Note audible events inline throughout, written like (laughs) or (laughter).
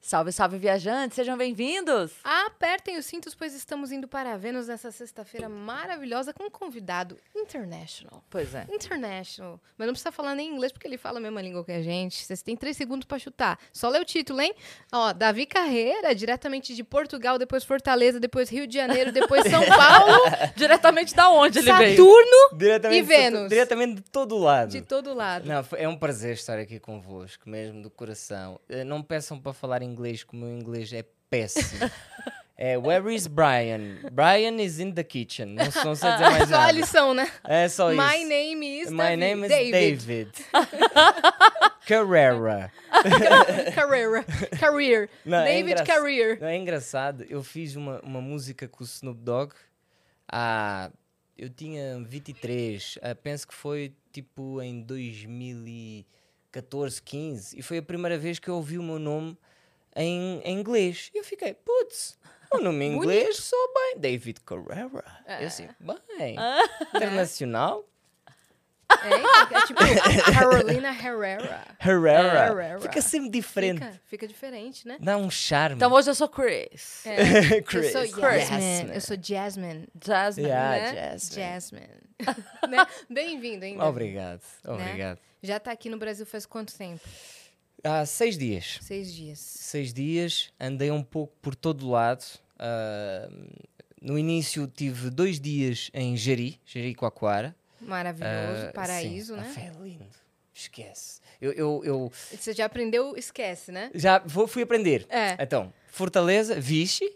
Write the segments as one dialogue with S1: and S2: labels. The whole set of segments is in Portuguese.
S1: Salve, salve, viajantes! Sejam bem-vindos!
S2: Apertem os cintos, pois estamos indo para a Vênus nessa sexta-feira maravilhosa com um convidado international.
S1: Pois é. (laughs)
S2: International. Mas não precisa falar nem inglês, porque ele fala a mesma língua que a gente. Vocês têm três segundos para chutar. Só lê o título, hein? Ó, Davi Carreira, diretamente de Portugal, depois Fortaleza, depois Rio de Janeiro, depois São Paulo,
S1: Diretamente da onde ele veio?
S2: Saturno,
S3: Diretamente
S2: E Vênus?
S3: de- diretamente de todo lado.
S2: de todo lado.
S3: Não, foi- é um prazer estar aqui convosco, mesmo do coração. Eh, Não peçam para falar inglês, que o meu inglês é
S2: (laughs)
S3: péssimo. É, where is Brian? Brian is in the kitchen. Não, se- não sei dizer
S2: (laughs)
S3: mais
S2: Só a
S3: nada.
S2: lição, né?
S3: É só isso.
S2: My name is
S3: My
S2: Davi-
S3: name is
S2: David.
S3: David. Carrera.
S2: (laughs) Carreira. Career.
S3: Não, é
S2: David
S3: engraç-
S2: Career.
S3: Não, é engraçado, eu fiz uma, uma música com o Snoop Dogg. Ah, eu tinha 23, ah, penso que foi tipo em 2014, 15, e foi a primeira vez que eu ouvi o meu nome em, em inglês. E eu fiquei, putz, o nome em
S2: Bonito.
S3: inglês sou bem, David Carrera.
S2: Ah.
S3: Eu assim, bem, internacional,
S2: É, é
S3: (laughs)
S2: tipo Carolina Herrera.
S3: Herrera.
S2: Herrera.
S3: Fica sempre diferente,
S2: Fica, fica diferente, né?
S3: dá um charme.
S1: Então hoje eu sou Chris.
S2: É.
S3: (laughs) Chris.
S2: Eu sou
S3: Chris.
S2: Jasmine. Eu sou Jasmine.
S1: Jasmine.
S3: Yeah,
S2: né?
S3: Jasmine. (laughs)
S2: Jasmine. Né? Bem-vindo, hein? Davi?
S3: Obrigado, obrigado.
S2: Já tá aqui no Brasil faz quanto tempo?
S3: Há seis dias.
S2: Seis dias.
S3: Seis dias, andei um pouco por todo lado. Ah, no início tive dois dias em Jeri, Jericoacoara.
S2: Maravilhoso,
S3: Ah,
S2: paraíso,
S3: sim. Ah,
S2: né?
S3: foi lindo. Esquece. Eu, eu, eu
S2: Você já aprendeu, esquece, né?
S3: já vou, fui aprender.
S2: É.
S3: Então, Fortaleza, Vichy,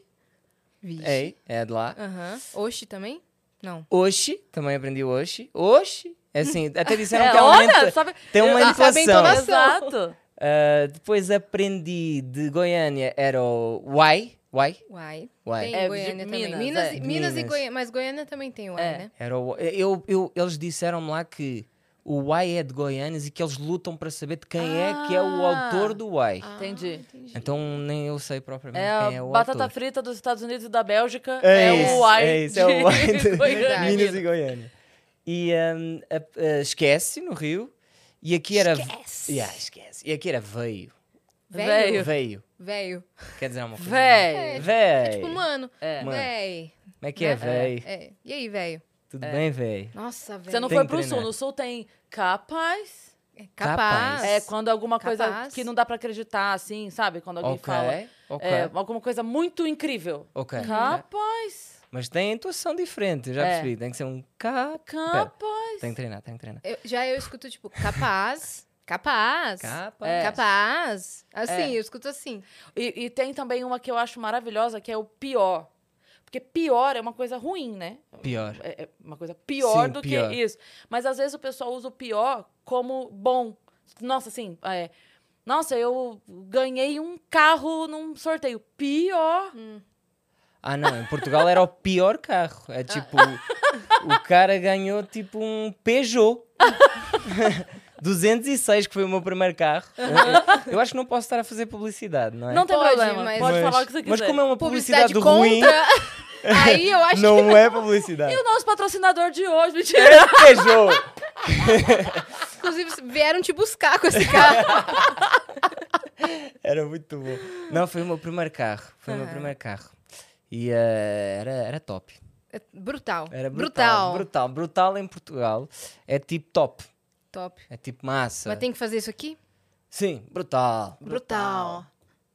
S2: Vixe.
S3: ei, é de lá.
S2: Aham. Oxi também? Não.
S3: Oxi, também aprendi Oxi. Oxi, é assim,
S2: (laughs)
S3: até disseram que
S1: é,
S3: é uma,
S1: olha,
S3: aumenta,
S1: sabe?
S3: tem uma
S2: Ah, sabe a
S3: inflação.
S2: entonação.
S1: Exato.
S3: Ah, depois aprendi de Goiânia, era o Y, Y,
S2: Uai.
S3: Uai.
S2: Tem
S1: É, de
S2: Goiânia também.
S1: Minas,
S2: Minas,
S1: é.
S2: Minas, e
S3: Minas.
S2: Goiânia. Mas Goiânia também tem uai,
S1: É.
S2: né?
S3: Era o- eu, eu, eles disseram lá que o Y é de Goiânia e que eles lutam para saber de quem é que é o
S1: Ah.
S3: autor do Y.
S2: Ah,
S1: Entendi.
S2: entendi.
S3: Então nem eu sei propriamente
S1: É
S3: quem é
S1: a
S3: o
S1: batata
S3: autor.
S1: frita dos Estados Unidos e da Bélgica.
S3: É,
S1: o
S3: isso,
S1: Uai.
S3: é isso, é
S1: (laughs)
S3: o Uai
S1: de
S3: de
S1: Goiânia.
S3: Minas e Goiânia. E hum, a- a- esquece no Rio. E aqui era.
S2: Esquece.
S3: Yeah, esquece. E aqui era veio.
S1: Veio.
S2: Velho.
S3: Veio.
S2: Velho.
S3: Quer dizer uma coisa?
S1: Véi.
S2: É
S3: Veio.
S2: tipo, mano.
S1: É.
S3: Mano,
S2: Véi.
S3: Como é que é,
S2: né?
S3: veio?
S2: É. E aí, velho?
S3: Tudo
S1: é.
S3: bem, veio?
S2: Nossa, velho.
S1: Você não
S3: Tem né?
S1: foi
S3: que
S1: pro sul.
S3: treinar.
S1: No sul tem capaz.
S2: É capaz.
S3: Capaz.
S1: É quando alguma coisa
S2: Capaz.
S1: que não dá pra acreditar, assim, sabe? Quando alguém
S3: Ok.
S1: fala.
S3: Ok. É.
S1: É, alguma coisa muito incrível.
S3: Ok.
S1: Capaz.
S3: Mas tem a intuação diferente, eu já
S1: É.
S3: percebi. Tem que ser um ca... Pera,
S1: Capaz.
S3: Tem que treinar, tem que treinar.
S2: Eu- já eu escuto, tipo, capaz, capaz,
S3: Capa.
S1: É.
S2: capaz. Assim, eu escuto assim.
S1: E, e tem também uma que eu acho maravilhosa, que é o pior. Porque pior é uma coisa ruim, né?
S3: Pior.
S1: É é uma coisa pior
S3: Sim,
S1: do
S3: pior.
S1: que isso. Mas às vezes o pessoal usa o pior como bom. Nossa, assim, é, nossa, eu ganhei um carro num sorteio. Pior.
S3: Ah, não, em Portugal era o pior carro. É tipo. o cara ganhou tipo um Peugeot. (laughs) 206, que foi o meu primeiro carro. Eu- Eu, eu acho que não posso estar a fazer publicidade, não é?
S1: Não tem
S2: Pode,
S1: problema.
S2: mas-
S1: Pode
S3: mas,
S1: falar o que você quiser.
S3: Mas como é uma
S2: Publicidade
S3: publicidade,
S2: contra.
S3: ruim, (laughs)
S2: Aí eu acho que.
S3: não é publicidade.
S1: E o nosso patrocinador de
S3: (laughs)
S1: hoje, mentira.
S3: Era Peugeot!
S2: Inclusive, vieram te buscar com esse carro.
S3: Era muito bom. Não, foi o meu primeiro carro. Foi o meu
S2: Aham.
S3: primeiro carro. E eh, era, era top.
S2: É brutal.
S3: Era
S2: Brutal.
S3: brutal. Brutal. Brutal em Portugal é tipo top.
S2: Top.
S3: É tipo massa.
S2: Mas tem que fazer isso aqui?
S3: Sim, brutal.
S2: Brutal.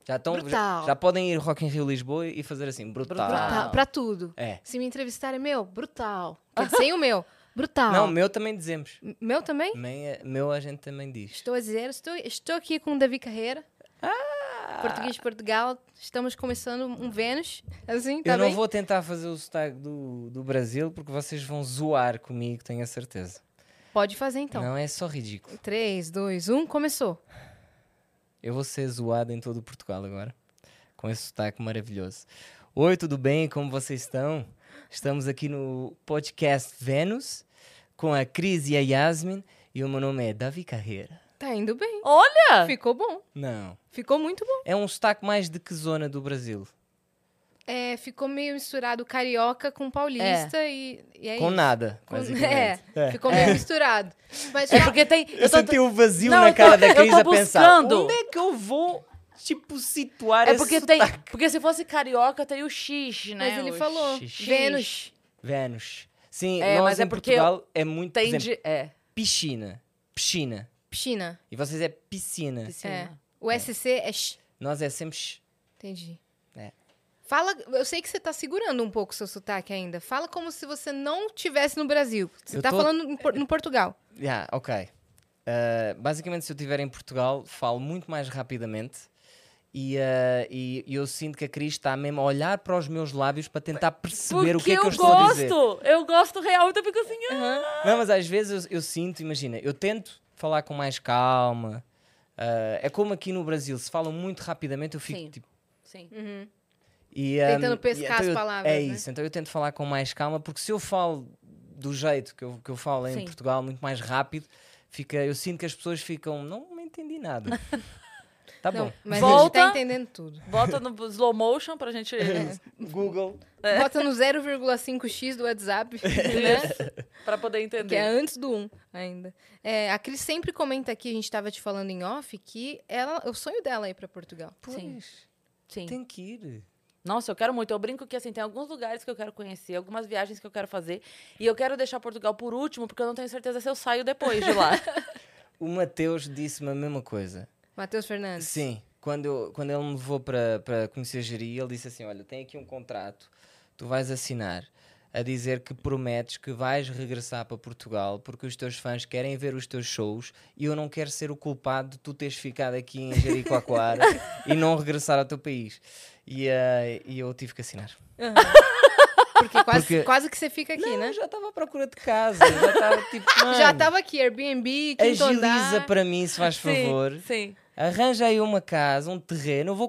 S3: Já, tão,
S2: Brutal.
S3: Já, já podem ir Rock in Rio Lisboa e fazer assim, brutal.
S2: Brutal. Pra tudo.
S3: É.
S2: Se me entrevistarem, meu, brutal. Quer dizer, Sem o meu, brutal.
S3: Não, meu também dizemos.
S2: M- meu também?
S3: Também, eh, meu a gente também diz.
S2: Estou a dizer, estou, estou aqui com o Davi Carreira. Português de Portugal. Estamos começando um Vênus. Assim, tá
S3: Eu
S2: bem?
S3: não vou tentar fazer o sotaque do, do Brasil porque vocês vão zoar comigo, tenho a certeza.
S2: Pode fazer então.
S3: Não é só ridículo.
S2: 3, 2, 1, começou.
S3: Eu vou ser zoado em todo Portugal agora, com esse sotaque maravilhoso. Oi, tudo bem? Como vocês estão? Estamos aqui no podcast Vênus com a Cris e a Yasmin e o meu nome é Davi Carreira.
S2: Tá indo bem.
S1: Olha!
S2: Ficou bom.
S3: Não,
S2: Ficou muito bom.
S3: é um sotaque mais de que zona do Brasil?
S2: É, ficou meio misturado carioca com paulista e, e é
S3: com
S2: isso.
S3: nada,
S2: Com-
S3: basicamente.
S2: (laughs) É,
S3: É.
S2: ficou meio misturado. Mas
S1: É
S2: já-
S1: porque tem.
S3: Eu
S1: tô-
S3: senti o vazio
S1: Não, eu
S3: na
S1: tô-
S3: cara da
S1: eu
S3: Cris
S1: tô
S3: a pensar,
S1: buscando.
S3: onde é que eu vou tipo, situar
S1: É
S3: esse
S1: porque tem.
S3: sotaque.
S1: Porque se fosse carioca, teria o xixi, né?
S2: Mas ele
S1: O
S2: falou.
S1: xixi.
S2: Vênus.
S3: Vênus. Sim,
S1: É,
S3: nós
S1: mas
S3: em
S1: é porque
S3: Portugal é muito, por
S1: Tem
S3: exemplo,
S1: de. É,
S3: piscina. Piscina.
S2: China.
S3: E vocês é piscina.
S1: piscina.
S2: O SC é sh.
S3: Nós é sempre... ch-
S2: Entendi.
S3: É.
S2: Fala, eu sei que você tá segurando um pouco o seu sotaque ainda. Fala como se você não tivesse no Brasil. Você
S3: Eu
S2: tá
S3: tô-
S2: falando em Por- no Portugal.
S3: Yeah, ok. Ah, basicamente, se eu estiver em Portugal, falo muito mais rapidamente. E, ah, e- e eu sinto que a Cris está mesmo a olhar para os meus lábios para tentar perceber o que é que eu, estou a dizer.
S1: gosto! Eu gosto real, então fico assim. ah.
S3: Não, mas às vezes eu, eu sinto, imagina, eu tento falar com mais calma. Ah, é como aqui no Brasil, se falam muito rapidamente, eu fico
S1: Sim.
S3: tipo.
S1: Sim.
S3: E,
S2: Tentando
S3: ah, e
S2: pescar as
S3: eu-
S2: palavras,
S3: É
S2: né?
S3: isso, então eu tento falar com mais calma, porque se eu falo do jeito que eu, que eu falo em
S1: Sim.
S3: Portugal, muito mais rápido, fica, eu sinto que as pessoas ficam. Não me
S2: (laughs)
S3: entendi nada. tá
S2: Não,
S3: bom.
S2: mas
S1: Volta.
S2: a gente tá entendendo tudo.
S1: Bota no slow motion pra gente.
S3: Google.
S1: É.
S2: Bota no 0,5x do
S1: (laughs)
S2: WhatsApp, né?
S1: pra poder
S2: que é
S1: entender.
S2: antes do 1 ainda. É, a Cris sempre comenta aqui, a gente tava te falando em off, que ela, o sonho dela é ir pra Portugal.
S1: Sim.
S3: Pois,
S1: Sim.
S3: tem que ir.
S1: Nossa, eu quero muito. Eu brinco que assim, tem alguns lugares que eu quero conhecer, algumas viagens que eu quero fazer. E eu quero deixar Portugal por último, porque eu não tenho certeza se eu saio depois de (laughs) lá.
S3: O Mateus disse-me a mesma coisa.
S2: Matheus Fernandes.
S3: Sim, quando, eu- quando ele me levou para para conhecer a Jeri, ele disse assim: Olha, tem aqui um contrato, tu vais assinar a dizer que prometes que vais regressar para Portugal porque os teus fãs querem ver os teus shows e eu não quero ser o culpado de tu teres ficado aqui
S2: (laughs)
S3: em Jericoacoara e não regressar ao teu país. E, eh, e eu tive que assinar.
S2: (laughs) Porque quase,
S3: Porque-
S2: quase que você fica aqui,
S3: Não,
S2: né?
S3: eu já estava à procura de casa, já estava tipo.
S2: (laughs) Já
S3: "Mano,
S2: tava aqui, Airbnb, quinto
S3: Agiliza
S2: andar.
S3: para mim, se faz favor.
S1: Sim, sim.
S3: Arranja aí uma casa, um terreno, eu vou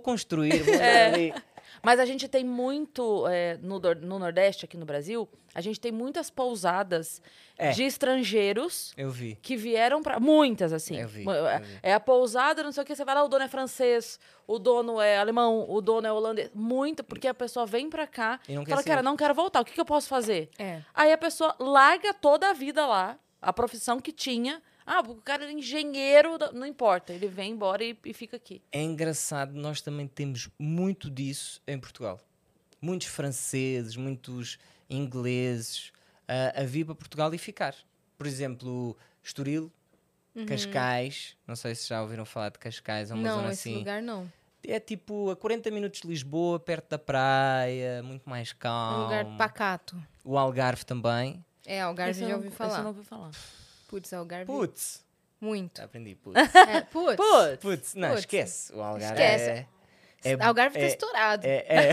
S2: (laughs)
S3: construir, vou
S1: É.
S3: ali.
S1: Mas a gente tem muito, é, no, dor- no Nordeste, aqui no Brasil, a gente tem muitas pousadas
S3: É.
S1: de estrangeiros
S3: Eu vi.
S1: que vieram pra. Muitas, assim.
S3: Eu vi,
S1: Mu-
S3: eu
S1: é-
S3: vi.
S1: É a pousada, não sei o que, você vai lá, o dono é francês, o dono é alemão, o dono é holandês. Muito, porque a pessoa vem pra cá
S3: E não quer
S1: fala,
S3: ser.
S1: cara, não quero voltar, o que, que eu posso fazer?
S2: É.
S1: Aí a pessoa larga toda a vida lá, a profissão que tinha. Ah, o cara era engenheiro, da- não importa. Ele vem embora e, e fica aqui.
S3: É engraçado, nós também temos muito disso em Portugal. Muitos franceses, muitos ingleses a, a vir para Portugal e ficar. Por exemplo, Estoril, Cascais. Não sei se já ouviram falar de Cascais, é uma
S2: Uhum. Não,
S3: zona
S2: esse
S3: assim.
S2: lugar não.
S3: É tipo a 40 minutos de Lisboa, perto da praia, muito mais
S2: É Um
S3: calmo.
S2: lugar pacato.
S3: O Algarve também.
S2: É, Algarve
S1: Esse
S2: eu
S1: eu
S2: já
S1: não-
S2: ouvi
S1: esse
S2: falar.
S1: eu não ouvi falar.
S2: Putz, Algarve.
S3: Putz! (laughs)
S2: Muito.
S3: Aprendi,
S2: (laughs)
S3: putz.
S2: É, putz.
S1: Putz!
S3: Putz, não,
S2: Putz.
S3: esquece. O Algarve
S2: Esquece.
S3: é. é-
S2: Algarve tá
S3: é-
S2: estourado.
S3: é,
S2: (laughs)
S3: é,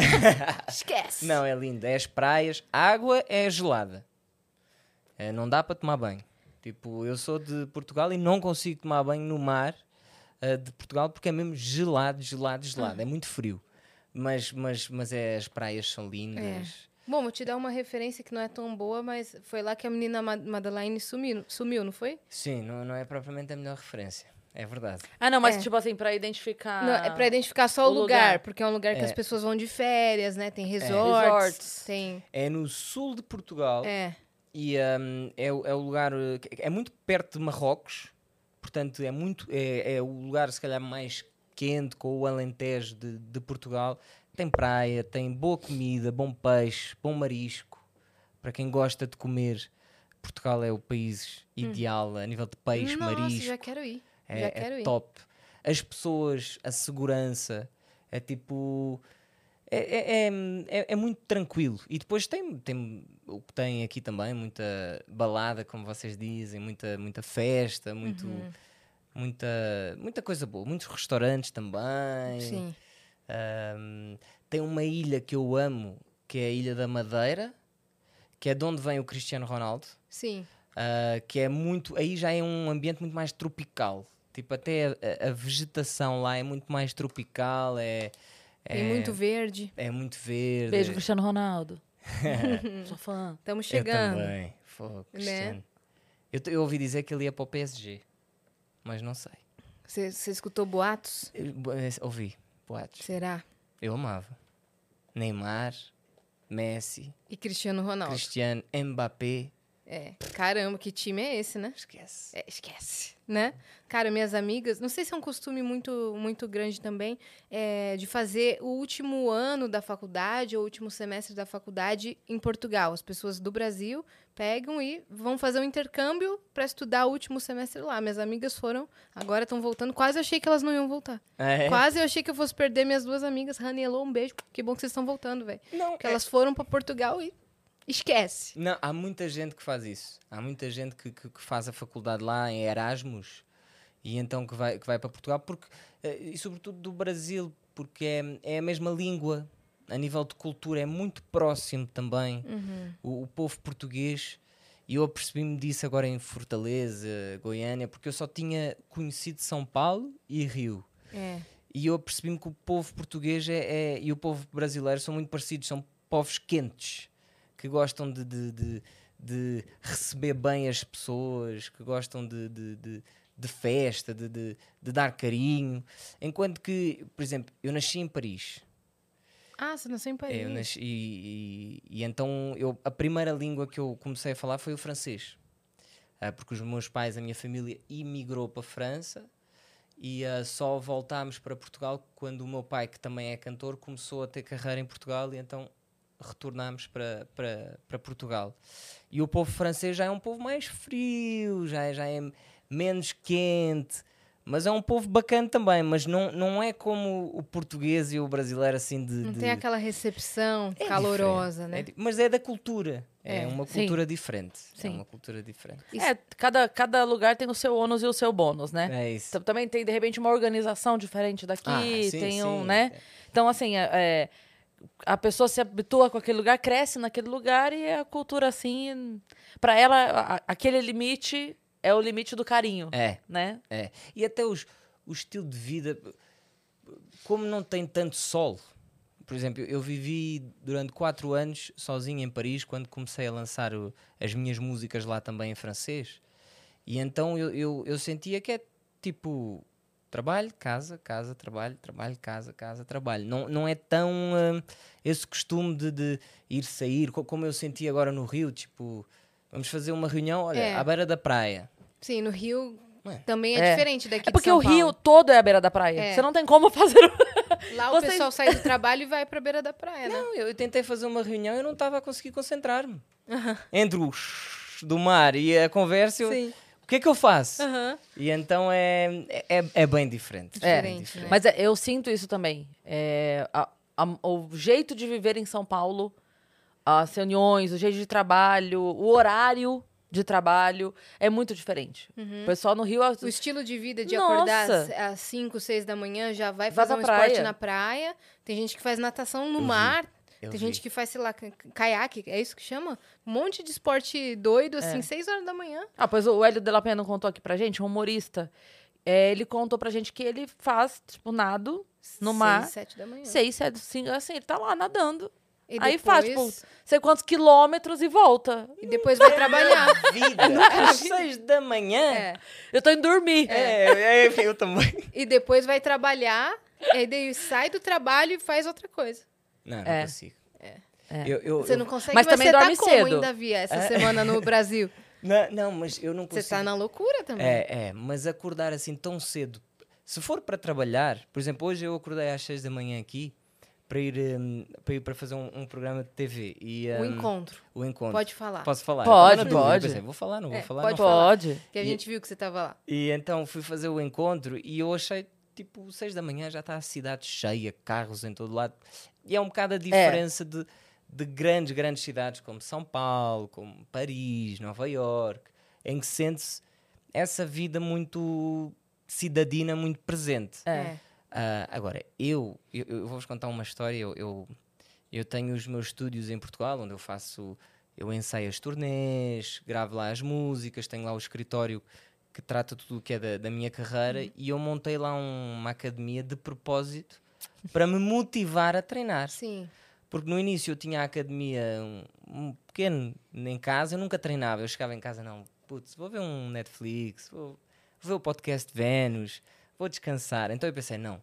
S2: Esquece.
S3: Não, é lindo. É as praias. A água é gelada. É, não dá para tomar banho. Tipo, eu sou de Portugal e não consigo tomar banho no mar ah, de Portugal porque é mesmo gelado, gelado, gelado. É muito frio. Mas, mas, mas é, as praias são lindas.
S2: Bom, vou te dar uma referência que não é tão boa, mas foi lá que a menina Ma- Madeleine sumiu, sumiu não foi?
S3: Sim, não, não é propriamente a melhor referência. É verdade.
S1: Ah, não, mas
S2: É.
S1: tipo assim, pra identificar.
S2: Não, é pra identificar só
S1: o
S2: o, lugar,
S1: lugar.
S2: porque é um lugar que
S3: É.
S2: as pessoas vão de férias, né? Tem resorts,
S1: Resorts.
S2: tem...
S3: É no sul de Portugal
S2: É,
S3: e ah, é, o- é o lugar. ah, que- É muito perto de Marrocos. Portanto, é muito é, é o lugar, se calhar, mais quente com o Alentejo de, de Portugal. Tem praia, tem boa comida, bom peixe, bom marisco. Para quem gosta de comer, Portugal é o país ideal a nível de peixe,
S2: Nossa,
S3: marisco.
S2: já quero ir.
S3: é,
S2: já
S3: é
S2: quero ir.
S3: top. As pessoas, a segurança, é tipo. É, é, é, é- é muito tranquilo. E depois tem, tem o que tem aqui também, muita balada, como vocês dizem, muita, muita festa, muito,
S2: Uhum.
S3: muita, muita coisa boa. Muitos restaurantes também.
S2: Sim.
S3: Ahm, tem uma ilha que eu amo, que é a Ilha da Madeira, que é de onde vem o Cristiano Ronaldo.
S2: Sim.
S3: Uh, que é muito. Aí já é um ambiente muito mais tropical. Tipo, até a, a- a vegetação lá é muito mais tropical, é,
S2: Tem muito verde.
S3: é muito verde.
S1: Beijo, Cristiano
S3: (laughs)
S1: Ronaldo. Sou fã.
S2: Estamos
S3: Eu
S2: chegando.
S3: também. Fogo, Cristiano. Eu, t- eu ouvi dizer que ele ia para o PSG, mas não sei.
S2: Você você escutou boatos?
S3: Eu- bo- eh, ouvi, boates.
S2: Será?
S3: Eu amava. Neymar, Messi,
S2: E Cristiano Ronaldo.
S3: Cristiano, Mbappé.
S2: É, caramba, que time é esse, né?
S3: Esquece.
S2: É, esquece, né? Cara, minhas amigas, não sei se é um costume muito, muito grande também, é, de fazer o último ano da faculdade ou o último semestre da faculdade em Portugal. As pessoas do Brasil pegam e vão fazer um intercâmbio para estudar o último semestre lá. Minhas amigas foram, agora estão voltando. Quase eu achei que elas não iam voltar.
S3: É.
S2: Quase eu achei que eu fosse perder minhas duas amigas. Rani Elô, um beijo. Que bom que vocês estão voltando, velho.
S3: Não,
S2: Porque elas foram para Portugal e esquece.
S3: Não, há muita gente que faz isso. Há muita gente que, que- que faz a faculdade lá em Erasmus e então que vai, que vai para Portugal, porque, eh, e sobretudo do Brasil, porque é, é a mesma língua, a nível de cultura, é muito próximo também o, o povo português. E eu apercebi-me disso agora em Fortaleza, Goiânia, porque eu só tinha conhecido São Paulo e Rio.
S2: É.
S3: E eu apercebi-me que o povo português é, é- e o povo brasileiro são muito parecidos, são povos quentes, que gostam de, de- de- de receber bem as pessoas, que gostam de, de- de- de festa, de, de- de dar carinho. Enquanto que, por exemplo, eu nasci em Paris.
S2: Ah, você nasceu em Paris.
S3: É, eu nasci- e, e- e então eu, a primeira língua que eu comecei a falar foi o francês. Ah, porque os meus pais, a minha família, imigrou para a França e ah, só voltámos para Portugal quando o meu pai, que também é cantor, começou a ter carreira em Portugal e então retornámos para, para, para Portugal. E o povo francês já é um povo mais frio, já, é- já é menos quente, mas é um povo bacana também, mas não, não é como o português e o brasileiro assim de...
S2: Não
S3: de-
S2: tem aquela recepção
S3: é
S2: calorosa,
S3: diferente,
S2: né?
S3: é di- mas é da cultura. É,
S2: É,
S3: uma
S2: sim.
S3: cultura diferente. É
S2: Sim.
S3: uma cultura diferente.
S2: Isso-
S1: É, cada, cada lugar tem o seu ônus e o seu bônus, né?
S3: É isso.
S1: T- Também tem, de repente, uma organização diferente daqui,
S3: Ah, sim,
S1: tem um,
S3: sim.
S1: né? Então, assim, é- é, a pessoa se habitua com aquele lugar, cresce naquele lugar e é a cultura, assim, para ela, a- a- aquele limite é o limite do carinho,
S3: É,
S1: né?
S3: é. E até os, o estilo de vida, como não tem tanto sol. Por exemplo, eu vivi durante quatro anos sozinho em Paris, quando comecei a lançar o- as minhas músicas lá também em francês. E então eu, eu, eu sentia que é tipo trabalho, casa, casa, trabalho, trabalho, casa, casa, trabalho. Não, não é tão hum, esse costume de, de ir sair, co- como eu senti agora no Rio, tipo, vamos fazer uma reunião, olha,
S2: É.
S3: à beira da praia.
S2: Sim, no Rio
S3: Ué.
S2: também é,
S1: É.
S2: diferente daqui
S1: É porque
S2: de São
S1: o Rio todo é à beira da praia.
S2: É.
S1: Você não tem como (laughs) fazer. o-
S2: Paulo. Lá
S1: Vocês-
S2: o pessoal sai do trabalho e vai pra beira da praia, né?
S3: Não, eu eu tentei fazer uma reunião e eu não estava a conseguir concentrar-me. Entre o do mar e a conversa, eu,
S2: Sim.
S3: o que é que eu faço?
S2: Aham.
S3: E então é, é, é bem diferente.
S1: É.
S3: bem
S2: Diferente, né?
S1: Mas é, eu sinto isso também. É, a- a- o jeito de viver em São Paulo, as reuniões, o jeito de trabalho, o horário de trabalho é muito diferente. O pessoal no Rio.
S2: O estilo de vida de
S1: Nossa!
S2: acordar às- às 5, 6 da manhã, já vai
S1: Vai
S2: fazer um
S1: pra praia.
S2: esporte na praia. Tem gente que faz natação no
S3: Eu vi,
S2: mar.
S3: Eu
S2: Tem
S3: vi.
S2: gente que faz, sei lá, ca- caiaque, é isso que chama? Um monte de esporte doido, assim, 6 horas da manhã.
S1: Ah, pois o Hélio de la Penha não contou aqui pra gente, um humorista. É, ele contou pra gente que ele faz, tipo, nado, No mar.
S2: 7 da manhã.
S1: seis, sete, cinco, assim, ele tá lá nadando.
S2: E
S1: Aí faz, tipo,
S2: depois-
S1: sei quantos quilômetros e volta.
S2: E depois vai trabalhar. (laughs)
S3: Vida! Às seis da manhã!
S2: É.
S1: Eu tô indo dormir.
S3: É, é, eu também.
S2: E depois vai trabalhar, e aí daí sai do trabalho e faz outra coisa.
S3: Não, não
S1: É.
S3: consigo.
S1: É.
S3: Eu, eu,
S2: Você
S3: eu-
S2: não consegue,
S1: Mas
S2: mas,
S1: também
S2: você
S1: dorme
S2: tá
S1: cedo.
S2: como ainda via essa
S3: É.
S2: semana no
S3: (laughs)
S2: Brasil?
S3: não, não, mas eu não
S2: Você
S3: consigo.
S2: tá na loucura também.
S3: É, é, mas acordar assim tão cedo. Se for para trabalhar, por exemplo, hoje eu acordei às 6 da manhã aqui para ir, hum, para, ir para fazer um, um programa de TV. E,
S2: O
S3: hum,
S2: Um encontro.
S3: o encontro.
S2: Pode falar.
S3: Posso falar? Eu
S1: Pode,
S3: tava na dúvida,
S1: pode.
S3: pensei, vou falar, não vou
S2: É,
S3: falar.
S2: pode
S3: não vou.
S1: Pode.
S2: Que a
S3: E-
S2: gente viu que você tava lá.
S3: E então fui fazer o encontro e eu achei, tipo, 6 da manhã já está a cidade cheia, carros em todo lado. E é um bocado a diferença de, de grandes, grandes cidades como São Paulo, como Paris, Nova York, em que sente-se essa vida muito cidadina, muito presente.
S1: É.
S3: Ah, agora, eu, eu, eu vou-vos contar uma história. Eu, eu, eu tenho os meus estúdios em Portugal, onde eu faço. Eu ensaio as turnês, gravo lá as músicas, tenho lá o escritório que trata tudo o que é da, da minha carreira e eu montei lá um- uma academia de propósito para me motivar a treinar.
S2: É, Sim.
S3: Porque no início eu tinha a academia um, um pequeno em casa, eu nunca treinava. Eu chegava em casa, não, putz, vou ver um Netflix, vou, vou ver o podcast Vênus, vou descansar. Então eu pensei, não,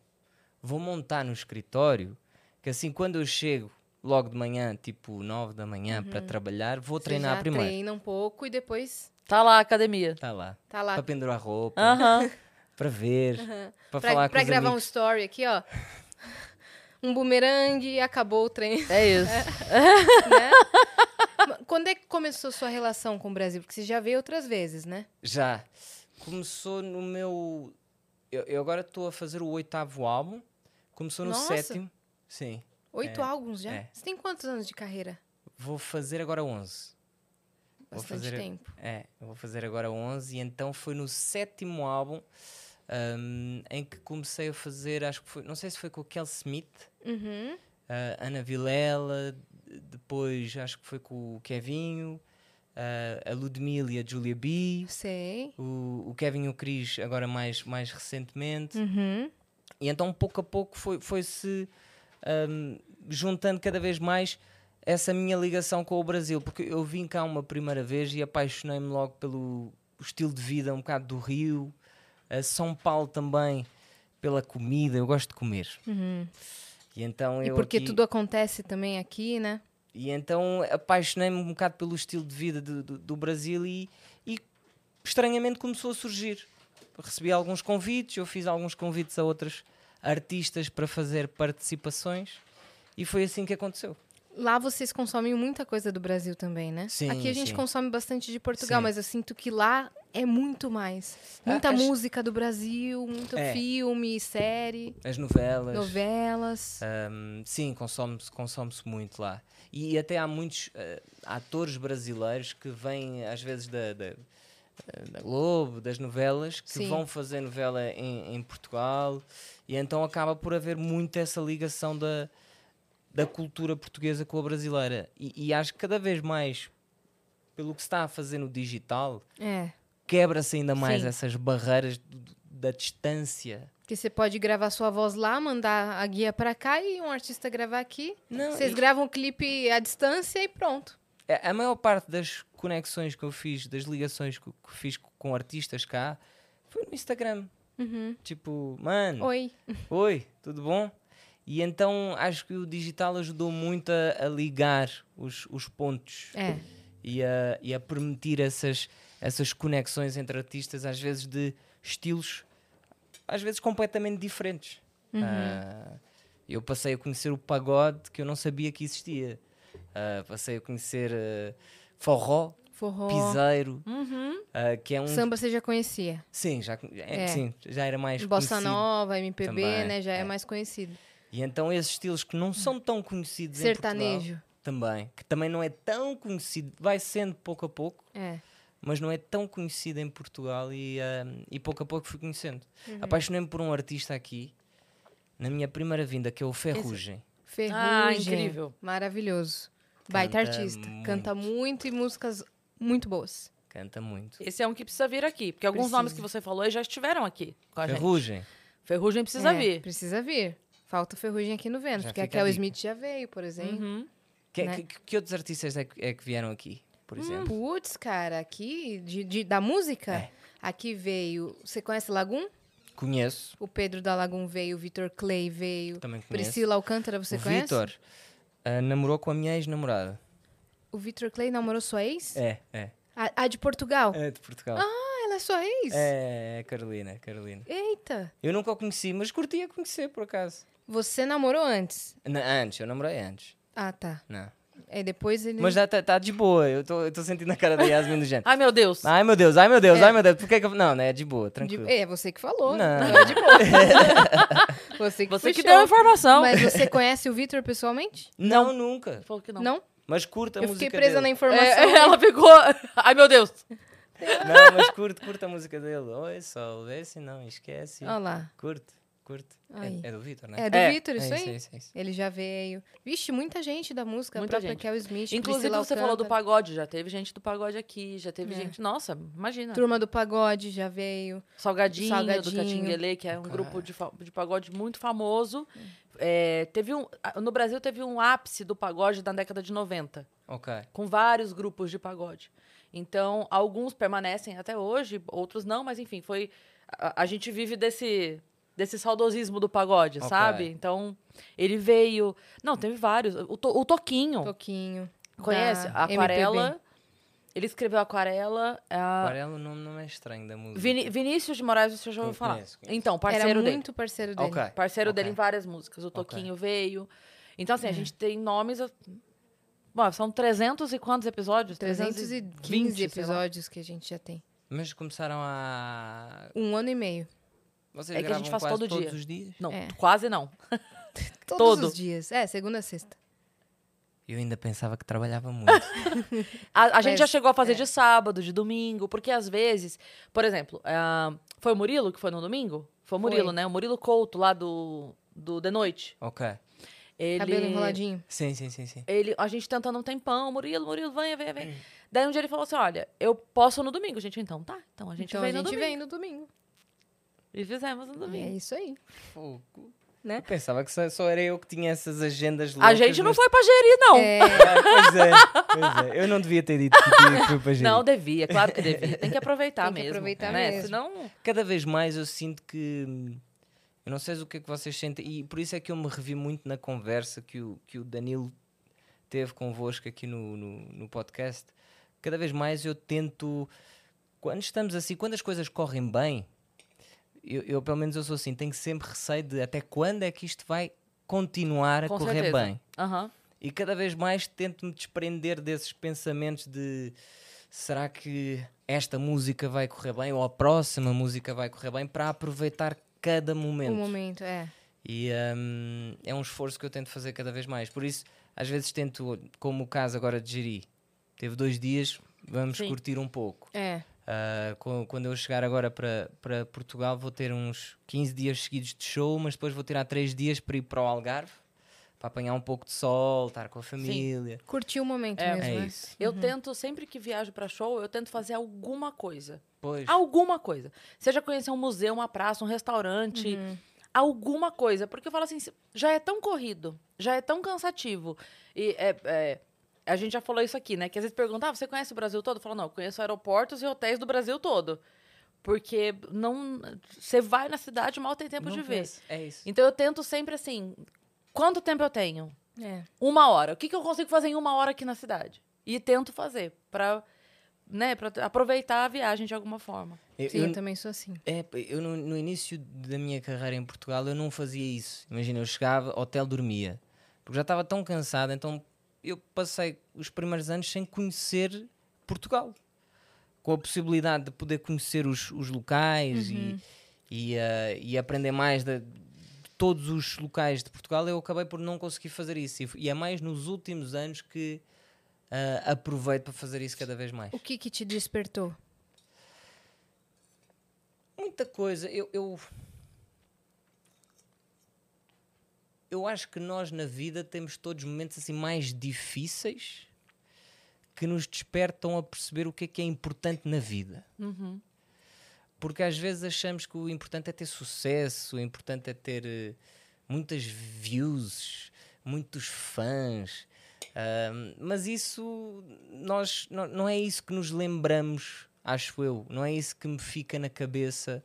S3: vou montar no escritório, que assim quando eu chego logo de manhã, tipo 9 da manhã, para trabalhar, vou
S2: Uhum. Você
S3: treinar
S2: já
S3: primeiro.
S2: treina um pouco e depois
S1: Tá lá, academia.
S3: Tá lá.
S2: tá lá.
S3: Pra pendurar roupa,
S1: Aham.
S2: (laughs)
S3: pra ver, pra,
S2: Pra,
S3: falar com
S2: pra
S3: os
S2: gravar um
S3: amigos.
S2: story aqui,
S3: (laughs)
S2: ó. Um bumerangue e acabou o treino, (laughs)
S1: É isso.
S2: né? Ma- Quando é que começou sua relação com o Brasil? Porque você já veio outras vezes, né?
S3: Já. Começou no meu. Eu, eu agora estou a fazer o oitavo álbum. Começou no
S2: Nossa.
S3: sétimo. Sim.
S2: Oito álbuns já?
S3: é.
S2: Você tem quantos anos de carreira?
S3: Vou fazer agora 11. Vou
S2: Bastante
S3: fazer-
S2: tempo.
S3: É, eu vou fazer agora 11. E então foi no sétimo álbum ahm, em que comecei a fazer, acho que foi, não sei se foi com o Kel Smith,
S2: Uhum.
S3: ah, Ana Vilela, d- depois acho que foi com o Kevinho, ah, a Ludmilla e a Julia B.
S2: Sei.
S3: O, o Kevin e o Cris, agora mais, mais recentemente.
S2: Uhum.
S3: E então, pouco a pouco, foi- foi-se ahm, juntando cada vez mais essa minha ligação com o Brasil, porque eu vim cá uma primeira vez e apaixonei-me logo pelo estilo de vida, um bocado do Rio, a São Paulo também, pela comida, eu gosto de comer. E então
S2: E
S3: eu
S2: porque
S3: aqui-
S2: tudo acontece também aqui, né?
S3: e então apaixonei-me um bocado pelo estilo de vida do, do- do Brasil e, e estranhamente começou a surgir. Recebi alguns convites, eu fiz alguns convites a outros artistas para fazer participações e foi assim que aconteceu.
S2: Lá vocês consomem muita coisa do Brasil também, né?
S3: Sim,
S2: Aqui a gente
S3: sim.
S2: consome bastante de Portugal,
S3: Sim.
S2: mas eu sinto que lá é muito mais.
S3: Ah,
S2: Muita
S3: acho-
S2: música do Brasil, muito
S3: É.
S2: filme, série,
S3: As novelas.
S2: novelas.
S3: hum, sim, consome-se consome-se muito lá. E até há muitos eh, atores brasileiros que vêm, às vezes, da, da, da Globo, das novelas, que
S2: Sim.
S3: vão fazer novela em, em Portugal. E então acaba por haver muito essa ligação da, da cultura portuguesa com a brasileira. E, e acho que cada vez mais, pelo que se está a fazer no digital,
S2: É.
S3: quebra-se ainda mais
S1: Sim.
S3: essas barreiras do- do- da distância.
S2: Porque você pode gravar sua voz lá, mandar a guia pra cá e um artista gravar aqui.
S3: Não,
S2: Vocês gravam o clipe à distância e pronto.
S3: É, A a maior parte das conexões que eu fiz, das ligações que, que fiz co- com artistas cá, foi no Instagram. Tipo, mano, oi.
S2: Oi.
S3: tudo bom? E então acho que o digital ajudou muito a, a ligar os, os pontos
S2: É.
S3: e, a, e a permitir essas, essas conexões entre artistas, às vezes de estilos, às vezes completamente diferentes.
S2: Uhum.
S3: Ah, eu passei a conhecer o pagode que eu não sabia que existia. Ah, passei a conhecer ah, forró,
S2: Forró.
S3: piseiro, ah, que é um.
S2: Oh. Uhum. Samba você já conhecia.
S3: Sim, já, con- é,
S2: É.
S3: sim, já era mais
S2: Bossa
S3: conhecido.
S2: Nova, MPB,
S3: também,
S2: né? Já é,
S3: é.
S2: mais conhecido.
S3: E então esses estilos que não são tão conhecidos em Portugal,
S2: Sertanejo.
S3: também, que também não é tão conhecido, vai sendo pouco a pouco,
S2: É.
S3: mas não é tão conhecido em Portugal e, ah, e pouco a pouco fui conhecendo.
S2: Uhum.
S3: Apaixonei-me por um artista aqui, na minha primeira vinda, que é o Ferrugem.
S2: Ferrugem.
S1: Ah, incrível.
S2: Maravilhoso. Baita
S3: Canta
S2: artista.
S3: muito.
S2: Canta muito e músicas muito boas.
S3: Canta muito.
S1: Esse é um que precisa vir aqui. Porque alguns
S2: Precisa.
S1: nomes que você falou aí já estiveram aqui com a gente.
S3: Ferrugem.
S1: Ferrugem precisa
S2: É,
S1: vir.
S2: Precisa vir. Falta o Ferrugem aqui no Vênus,
S3: Já
S2: porque a
S3: fica a
S2: Kel
S3: dica.
S2: Smith já veio, por exemplo.
S1: Uhum.
S3: Que,
S2: Né? Hum.
S3: que- que outros artistas é que, é que vieram aqui, por exemplo?
S2: Putz, cara, aqui, de, de- da música,
S3: É.
S2: aqui veio. Você conhece Lagum?
S3: Conheço,
S2: O Pedro da Lagum veio, o Vitor Clay veio.
S3: também conheço.
S2: Priscila Alcântara, você
S3: o
S2: conhece?
S3: Vitor ah, namorou com a minha ex-namorada.
S2: O Vitor Clay namorou sua ex?
S3: É, é.
S2: A, a de Portugal?
S3: É de Portugal.
S2: Oh. Ah, ela é sua ex?
S3: é, é, Carolina, Carolina.
S2: Eita!
S3: Eu nunca a conheci, mas curtia conhecer, por acaso.
S2: Você namorou antes?
S3: Na- antes, eu namorei antes.
S2: Ah, tá.
S3: Não.
S2: É, depois ele.
S3: Mas já está de boa, eu estou sentindo a cara da Yasmin do
S1: (laughs)
S3: género.
S1: Ai, meu Deus.
S3: Ai meu Deus, ai meu Deus,
S2: É.
S3: ai meu Deus, porque que eu. Não, não é de boa,
S2: De-
S3: tranquilo.
S2: É, você que falou. né?
S3: Não.
S2: É de boa. você que,
S1: Você que
S2: puxou.
S1: deu a informação.
S2: Mas você conhece o Vitor pessoalmente?
S3: Não, nunca.
S1: Falou que não.
S2: Não.
S3: Mas curta a
S2: Eu
S3: música
S2: fiquei presa na
S3: dele.
S2: informação.
S1: É, (laughs) ela ficou. Ai, meu Deus.
S3: Não, mas curto, curto a música dele. Oi, sol, vê se não,
S2: (laughs)
S3: esquece.
S2: Olha lá.
S3: Curte, curte.
S2: Aí.
S3: É, é do Vitor, né?
S2: Ah. É do Vitor, isso aí.
S3: É isso, é isso.
S2: Ele já veio. Vixe, muita gente da múca.
S1: Muita
S2: a própria
S1: gente.
S2: Kel Smith.
S1: Inclusive,
S2: Tipo, Priscila
S1: você falou do
S2: Alcântara,
S1: pagode. Já teve gente do pagode aqui. Já teve
S2: É.
S1: gente. Nossa, imagina.
S2: Turma do Pagode já veio.
S1: Salgadinho, do
S2: Salgadinho.
S1: Catinguelê, que é um
S3: Claro.
S1: grupo de, fa- de pagode muito famoso. É, teve um, a- no Brasil teve um ápice do pagode da década de 90,
S3: Ok.
S1: com vários grupos de pagode. Então, alguns permanecem até hoje, outros não, mas enfim, foi. A, a gente vive desse. desse saudosismo do pagode,
S3: Ok.
S1: sabe? Então, ele veio. Não, teve vários. O, to- o Toquinho.
S2: Toquinho.
S1: Conhece?
S2: da
S1: A Aquarela. Ele escreveu Aquarela. a-
S3: Aquarela o nome não é estranho da música.
S1: Vini- Vinícius de Moraes, você já ouviu
S3: Conheço,
S1: falar?
S3: conheço.
S1: Então,
S2: Era
S1: parceiro dele.
S2: muito parceiro dele.
S3: Ok.
S1: Parceiro
S3: ok.
S1: dele em várias músicas. O Toquinho veio. Então,
S2: É.
S1: assim, a gente tem nomes. Bom, são 300 e quantos episódios?
S2: 315
S1: 320, sei lá.
S2: episódios que a gente já tem.
S3: Mas começaram a.
S2: Um ano e meio.
S3: Vocês
S1: É que a
S3: gravam
S1: gente faz
S3: quase
S1: todo
S3: todos
S1: dia.
S3: os dias?
S1: Não,
S2: É.
S1: quase não.
S2: Todos
S1: Todo.
S2: os dias. É, segunda a sexta.
S3: Eu ainda pensava que trabalhava muito.
S1: A, a gente já
S2: Mas,
S1: chegou a fazer
S2: é.
S1: de sábado, de domingo, porque às vezes, por exemplo, ah, foi o Murilo que foi no domingo? Foi o
S2: Foi.
S1: Murilo, né? O Murilo Couto, lá do, do The Noite.
S3: (laughs) ok.
S1: Ele,
S2: Cabelo enroladinho.
S3: Sim, sim, sim, sim.
S1: Ele, a gente tentando um tempão, Murilo, Murilo, vem, vem, vem. Daí um dia ele falou assim: olha, eu posso no domingo. A gente, então tá. Então a gente
S2: então
S1: vem
S2: a
S1: no
S2: gente
S1: domingo.
S2: vem no domingo.
S1: E fizemos no
S2: É
S1: domingo.
S2: isso aí.
S3: Fogo.
S2: Né?
S3: Eu pensava que só, só era eu que tinha essas agendas loucas.
S1: Ah, A gente não
S3: mas-
S1: foi pra gerir, não.
S2: É,
S3: Ah, pois é, pois é. Eu não devia ter dito que tinha que foi pra gente.
S1: Não, devia, claro que devia. (laughs) Tem que aproveitar
S2: Tem que
S1: mesmo.
S2: aproveitar
S1: né?
S2: mesmo.
S1: Senão.
S3: Cada vez mais eu sinto que. hum, Eu não sei o que é que vocês sentem, e por isso é que eu me revi muito na conversa que o, que o Danilo teve convosco aqui no, no, no podcast. Cada vez mais eu tento. Quando estamos assim, quando as coisas correm bem, eu, eu, pelo menos eu sou assim, tenho sempre receio de até quando é que isto vai continuar a
S1: Com
S3: correr
S1: certeza.
S3: bem.
S1: Aham.
S3: E cada vez mais tento-me desprender desses pensamentos de será que esta música vai correr bem ou a próxima música vai correr bem para aproveitar cada momento.
S2: um momento, é.
S3: E hum, é um esforço que eu tento fazer cada vez mais. Por isso, às vezes tento, como o caso agora de Giri, teve dois dias, vamos
S1: Sim.
S3: curtir um pouco.
S2: É.
S3: Ah, co- quando eu chegar agora para para Portugal, vou ter uns 15 dias seguidos de show, mas depois vou tirar 3 dias para ir para o Algarve, para apanhar um pouco de sol, estar com a família.
S2: Curtir o momento
S1: É.
S2: mesmo,
S3: É
S2: né?
S3: isso.
S1: Eu tento, sempre que viajo pra show, eu tento fazer alguma coisa.
S3: Pois.
S1: Alguma coisa. Seja conhecer um museu, uma praça, um restaurante, alguma coisa. Porque eu falo assim, se- já é tão corrido, já é tão cansativo. E é- é, a gente já falou isso aqui, né? Que às vezes perguntam, ah, você conhece o Brasil todo? Eu falo, não, eu conheço aeroportos e hotéis do Brasil todo. Porque não. Você vai na cidade mal tem tempo
S3: Não
S1: de ver.
S3: penso. É isso.
S1: Então eu tento sempre assim. Quanto tempo eu tenho?
S2: É.
S1: uma hora. O que, que eu consigo fazer em uma hora aqui na cidade? E tento fazer para né, pra t- aproveitar a viagem de alguma forma.
S3: Eu,
S2: Sim, eu,
S3: eu-
S2: também sou assim.
S3: é, pá, eu no, no início da minha carreira em Portugal, eu não fazia isso. Imagina, eu chegava, hotel, dormia. Porque já estava tão cansado, então eu passei os primeiros anos sem conhecer Portugal. Com a possibilidade de poder conhecer os, os locais Uhum. e, e, ah, e aprender mais da- de todos os locais de Portugal, eu acabei por não conseguir fazer isso. E, f- e é mais nos últimos anos que ah, aproveito para fazer isso cada vez mais.
S2: O que que te despertou?
S3: Muita coisa. Eu, eu, eu acho que nós na vida temos todos momentos assim mais difíceis que nos despertam a perceber o que é que é importante na vida. Porque às vezes achamos que o importante é ter sucesso, o importante é ter eh, muitas views, muitos fãs. Ahm, mas isso nós não, não é isso que nos lembramos, acho eu. Não é isso que me fica na cabeça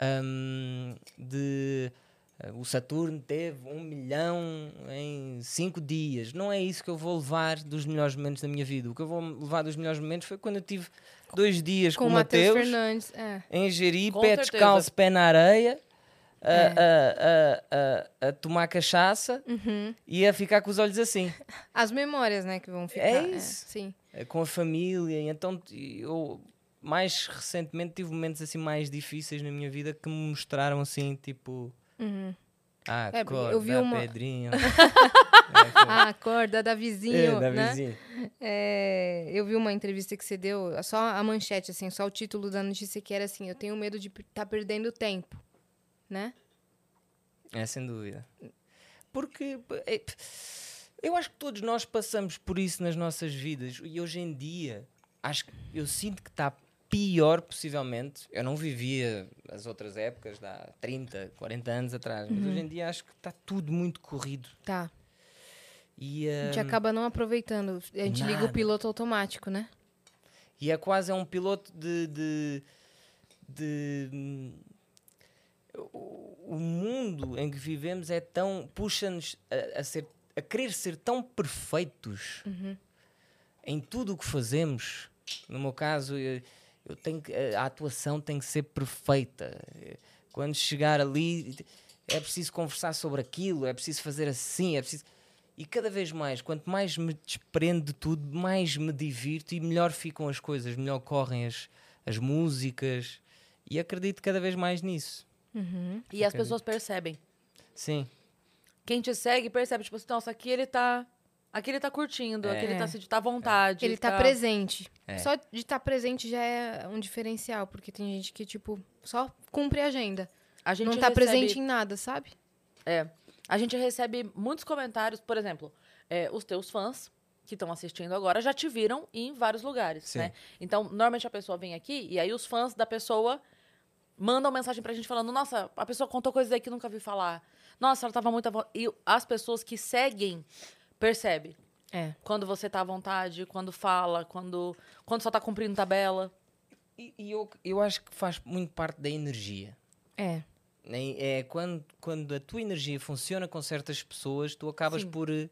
S3: ahm, de ah, o Saturno teve um milhão em cinco dias. Não é isso que eu vou levar dos melhores momentos da minha vida. O que eu vou levar dos melhores momentos foi quando eu tive dois dias com,
S2: Com o
S3: o
S2: Matheus
S3: Mateus
S2: Fernandes. É.
S3: em Jeri,
S1: Com
S3: pé
S1: certeza.
S3: descalço, pé na areia, a,
S2: É.
S3: a- a- a- a tomar cachaça
S2: Uhum.
S3: e a ficar com os olhos assim,
S2: As memórias, né, que vão ficar.
S3: isso.
S2: sim.
S3: eh, com a família. E Então t- eu mais recentemente tive momentos assim mais difíceis na minha vida que me mostraram assim, tipo. Ah,
S2: Uhum. É, porque eu
S3: acorda,
S2: vi uma- (laughs)
S3: Pedrinho. É,
S2: Ah, acorda da vizinho,
S3: da
S2: né?
S3: vizinha.
S2: É, eu vi uma entrevista que você deu, só a manchete, assim, só o título da notícia que era assim, eu tenho medo de estar perdendo tempo, né?
S3: É, sem dúvida. Porque p- é, p- eu acho que todos nós passamos por isso nas nossas vidas e hoje em dia acho que eu sinto que está pior possivelmente. Eu não vivia as outras épocas de há 30, 40 anos atrás, mas hoje em dia acho que está tudo muito corrido.
S2: Tá. Hum.
S3: E,
S2: A
S3: eh,
S2: gente acaba não aproveitando. A gente liga o
S3: nada.
S2: piloto automático, né?
S3: E é quase um piloto de. de, de- o- o mundo em que vivemos é tão. puxa-nos a, a ser, a querer ser tão perfeitos em tudo o que fazemos. No meu caso, eu, eu tenho que- a a atuação tem que ser perfeita. Quando chegar ali, é preciso conversar sobre aquilo, é preciso fazer assim, é preciso. E cada vez mais, quanto mais me desprendo de tudo, mais me divirto e melhor ficam as coisas, melhor correm as, as músicas. E acredito cada vez mais nisso.
S1: E as
S3: Acredito.
S1: pessoas percebem.
S3: Sim.
S1: Quem te segue percebe, tipo assim, nossa, aqui ele tá. Aqui ele tá curtindo, aqui ele
S2: É.
S1: tá se tá à vontade.
S2: Ele tá presente.
S3: É.
S2: Só de estar presente já é um diferencial, porque tem gente que, tipo, só cumpre a agenda.
S1: A gente
S2: não tá
S1: recebe-
S2: presente em nada, sabe?
S1: É. A gente recebe muitos comentários, por exemplo, é, os teus fãs que estão assistindo agora já te viram em vários lugares,
S3: Sim.
S1: né? Então, normalmente a pessoa vem aqui e aí os fãs da pessoa mandam mensagem pra gente falando: "Nossa, a pessoa contou coisas aí que eu nunca vi falar. Nossa, ela tava muito à vo-" e as pessoas que seguem percebe
S2: É.
S1: quando você tá à vontade, quando fala, quando quando só tá cumprindo tabela.
S3: E, e eu, eu acho que faz muito parte da energia.
S2: É.
S3: Nem- É quando, quando a tua energia funciona com certas pessoas, tu acabas
S1: Sim.
S3: por eh,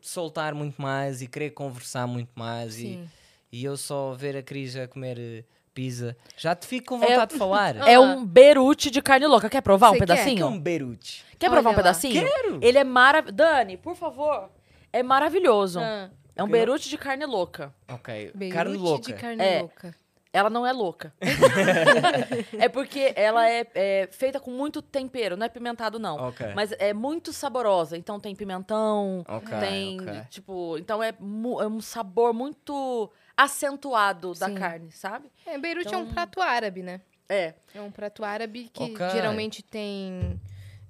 S3: soltar muito mais e querer conversar muito mais. E,
S2: Sim.
S3: e eu só ver a Cris a comer eh, pizza, já te fico com vontade
S2: (laughs)
S3: de falar.
S1: É um berute de carne louca. Quer provar um
S2: Você quer?
S1: pedacinho?
S3: Que é um beirute.
S1: Quer provar
S2: Olha
S1: um
S2: lá.
S1: pedacinho?
S3: Quero.
S1: Ele é maravilhoso. Dani, por favor. É maravilhoso.
S2: Ah,
S1: É um
S3: Ok, não-
S1: berute de carne louca.
S3: Ok,
S2: beirute
S3: carne louca.
S2: de carne
S1: É.
S2: louca.
S1: Ela não é
S2: (laughs)
S1: louca. é porque ela é, é feita com muito tempero. Não é pimentado, não.
S3: Ok.
S1: Mas é muito saborosa. Então tem pimentão,
S3: Ok,
S1: tem,
S3: ok.
S1: tipo... Então é, mu- é um sabor muito acentuado da
S2: Sim.
S1: carne, sabe?
S2: É, Beirute é um
S1: Então-
S2: prato árabe, né?
S1: É.
S2: É um prato árabe que
S3: Ok.
S2: geralmente tem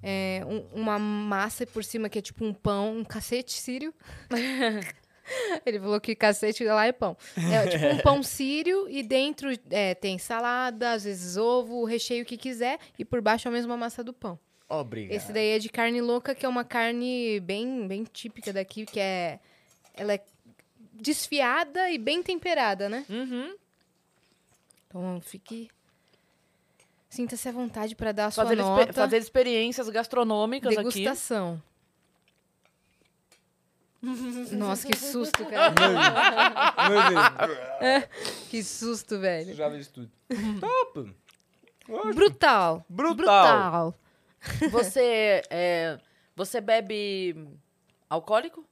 S2: é, um- uma massa por cima que é tipo um pão, um cacete sírio. Ele falou que cacete lá é pão. É tipo um pão sírio e dentro é, tem salada, às vezes ovo, o recheio que quiser e por baixo é a mesma massa do pão.
S3: Obrigado.
S2: Esse
S3: (laughs)
S2: daí é de carne louca, que é uma carne bem, bem típica daqui, que é... Ela é desfiada e bem temperada, né?
S1: Uhum.
S2: Então fique. Sinta-se à vontade para dar a sua
S1: Fazer, exper-
S2: nota.
S1: fazer experiências gastronômicas aqui.
S2: degustação. Nossa, que susto, cara. que susto, velho.
S3: (laughs) já viste tudo. Top!
S2: Brutal.
S3: Brutal.
S2: Brutal.
S1: (laughs) Você, é, você bebe
S2: (laughs)
S1: alcoólico?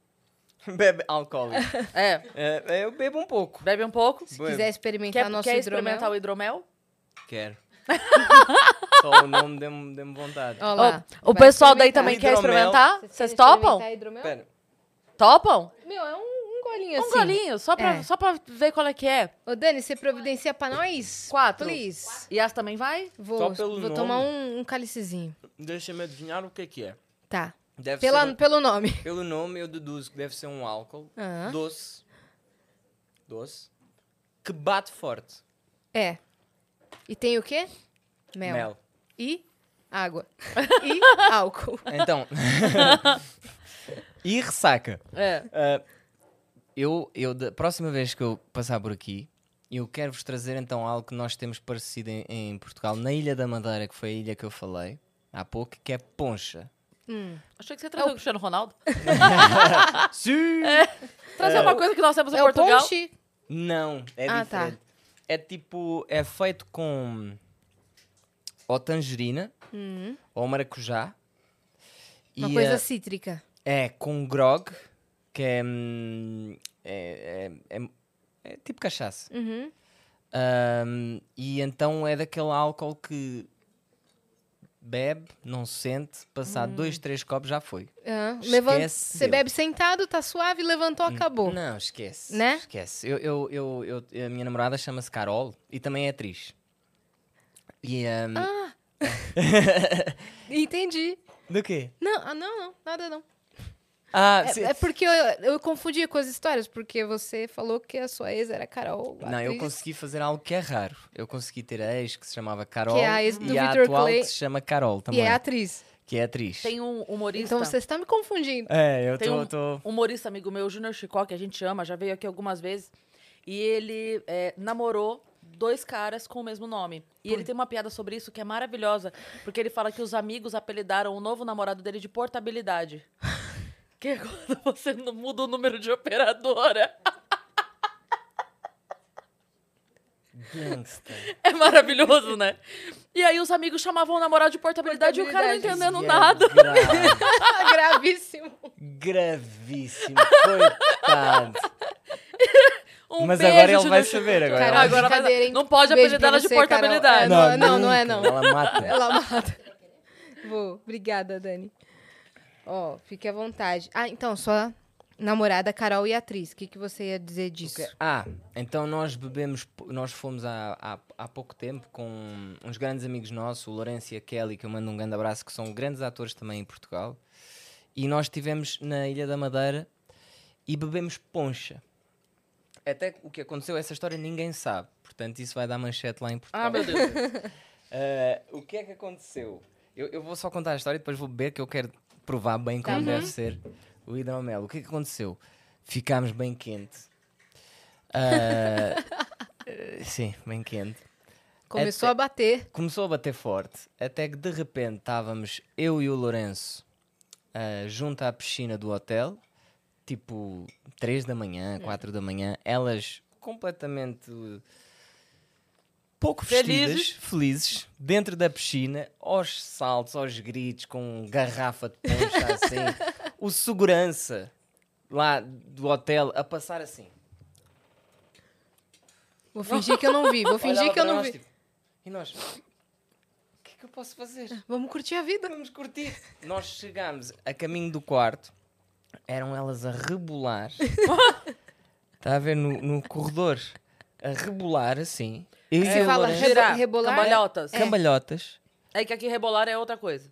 S3: Bebe (laughs) alcoólico.
S1: É.
S3: É, eu bebo um pouco.
S1: Bebe um pouco.
S2: Se quiser experimentar
S1: Quer,
S2: nosso
S1: quer
S2: hidromel.
S1: experimentar o hidromel?
S2: (laughs)
S3: Quero. Só o nome deu-me deu-me vontade.
S2: Ó lá,
S1: Oh, o
S2: vai
S1: pessoal daí
S2: experimentar.
S1: também quer
S3: Hidromel.
S1: experimentar?
S2: Vocês
S1: Vocês
S2: querem
S1: topam?
S2: experimentar hidromel?
S3: Espera.
S1: Topam?
S2: Meu, é um, um golinho assim.
S1: Um golinho, só pra,
S2: É.
S1: só pra ver qual é que é.
S2: Ô, Dani, você providencia pra nós?
S1: Quatro.
S2: Please.
S1: E as também vai?
S2: Vou,
S4: Só pelo
S2: vou tomar
S4: nome.
S2: um, um cálicezinho.
S4: Deixa-me adivinhar o que é que é.
S2: Tá.
S3: Deve
S2: Pela-
S3: ser um-
S2: pelo nome.
S3: Pelo nome, eu deduzo que deve ser um álcool
S1: Ah.
S2: Aham.
S3: doce. Doce. Que bate forte.
S2: É. E tem o quê? Mel. E
S1: (laughs)
S2: água. e álcool.
S3: Então. (laughs) e ressaca.
S1: É.
S3: Ah, eu, eu, da próxima vez que eu passar por aqui, eu quero vos trazer então algo que nós temos parecido em, em Portugal, na Ilha da Madeira, que foi a ilha que eu falei há pouco, que é Poncha.
S1: Achei que você trazer
S2: É o-
S1: o Cristiano Ronaldo.
S2: Ah,
S3: Sim!
S1: Trazer uma coisa que nós temos em
S2: É o
S1: Portugal.
S2: ponche.
S3: Não, é
S2: Ah, tá.
S3: diferente. É tipo, é feito com ou tangerina ou maracujá.
S2: Hum. Uma
S3: e,
S2: coisa assim.
S3: eh,
S2: cítrica.
S3: É, com grog, que é, hum, é, é, é- é tipo cachaça.
S2: Uhum.
S3: Ahm, e então é daquele álcool que bebe, não sente, passar
S2: Hum.
S3: dois, três copos já foi.
S2: Ah, levanta- Você
S3: Esquece dele.
S2: bebe sentado, tá suave, levantou,
S3: Hum.
S2: acabou.
S3: Não, esquece.
S2: Tipo, Né?
S3: Esquece. Eu, eu, eu, eu- a minha namorada chama-se Carol e também é atriz. E, hum, ahm,
S2: Ah. Entendi.
S3: Do quê?
S2: Não, ah, não, não, nada não.
S3: Ah,
S2: É,
S3: se-
S2: é porque eu, eu confundia com as histórias, porque você falou que a sua ex era Carol.
S3: Não, eu
S2: atriz.
S3: consegui fazer algo que é raro. Eu consegui ter a ex que se chamava Carol
S2: Que é a ex do
S3: e a
S2: Vitor
S3: atual
S2: Clay.
S3: que se chama Carol
S2: E
S3: também,
S2: é atriz.
S3: que é atriz.
S1: Tem um humorista.
S2: Então você está me confundindo.
S3: É, eu
S1: Tem
S3: tô,
S1: um-
S3: tô-
S1: humorista amigo meu, Júnior Chicó, que a gente ama, já veio aqui algumas vezes. E ele é, namorou dois caras com o mesmo nome. E ele tem uma piada sobre isso que é maravilhosa, porque ele fala que os amigos apelidaram o novo namorado dele de portabilidade. (laughs) Que é quando você não muda o número de operadora.
S3: Gangsta.
S1: É maravilhoso, né? E aí os amigos chamavam o namorado de portabilidade, e o cara não
S2: Portabilidade.
S1: entendendo nada.
S3: é Gra-
S2: Ah, (laughs) Gravíssimo.
S3: gravíssimo. Coitado.
S1: Um
S3: Mas
S1: beijo,
S3: agora ela
S1: te
S3: vai
S1: deixo-
S3: saber. Agora
S2: Carol,
S3: ela-
S1: agora vai-
S2: brincadeira, hein?
S1: não pode
S2: Beijo
S1: apelidar
S2: pra
S1: ela de
S2: você, Carol.
S1: portabilidade.
S2: É, Não, não, não é
S3: nunca.
S2: não.
S3: Ela mata.
S2: Ela mata. (laughs) Vou. Obrigada, Dani. Ó, fique à vontade. Ah, então, sua namorada, Carol e atriz. O que, que você ia dizer disso?
S3: Ah, então nós bebemos, po- nós fomos há, há, há pouco tempo com uns grandes amigos nossos, o Lourenço e a Kelly, que eu mando um grande abraço, que são grandes atores também em Portugal. E nós estivemos na Ilha da Madeira e bebemos poncha. Até o que aconteceu, essa história ninguém sabe. Portanto, isso vai dar manchete lá em Portugal.
S1: Ah, meu Deus.
S3: (laughs) Ah, o que é que aconteceu? Eu, eu vou só contar a história e depois vou beber, que eu quero provar bem como deve ser o hidromel. O que é que aconteceu? Ficámos bem quente. Ah, eh, sim, bem quente.
S2: Começou a bater.
S3: Começou a bater forte, até que de repente estávamos eu e o Lourenço ah, junto à piscina do hotel, tipo 3 da manhã, 4 da manhã, elas completamente pouco vestidas,
S1: Felizes.
S3: felizes. dentro da piscina, aos saltos, aos gritos, com garrafa de
S2: (laughs)
S3: poncha assim, o segurança lá do hotel a passar assim.
S2: Vou fingir que eu não (laughs) vi. Vou fingir
S3: Olhava
S2: que eu
S3: para
S2: não
S3: nós,
S2: vi.
S3: tipo, e nós, o que é que eu posso fazer?
S2: Vamos curtir a vida.
S3: Vamos curtir. Nós chegámos a caminho do quarto, eram elas a (laughs) rebolar. Está a ver no, no corredor? A rebolar assim. Eu
S2: Você
S3: e o
S2: É. fala
S3: Lourenço,
S2: rebo-
S1: Girar,
S2: rebolar?
S1: Cambalhotas.
S3: cambalhotas.
S1: É que aqui rebolar é outra coisa.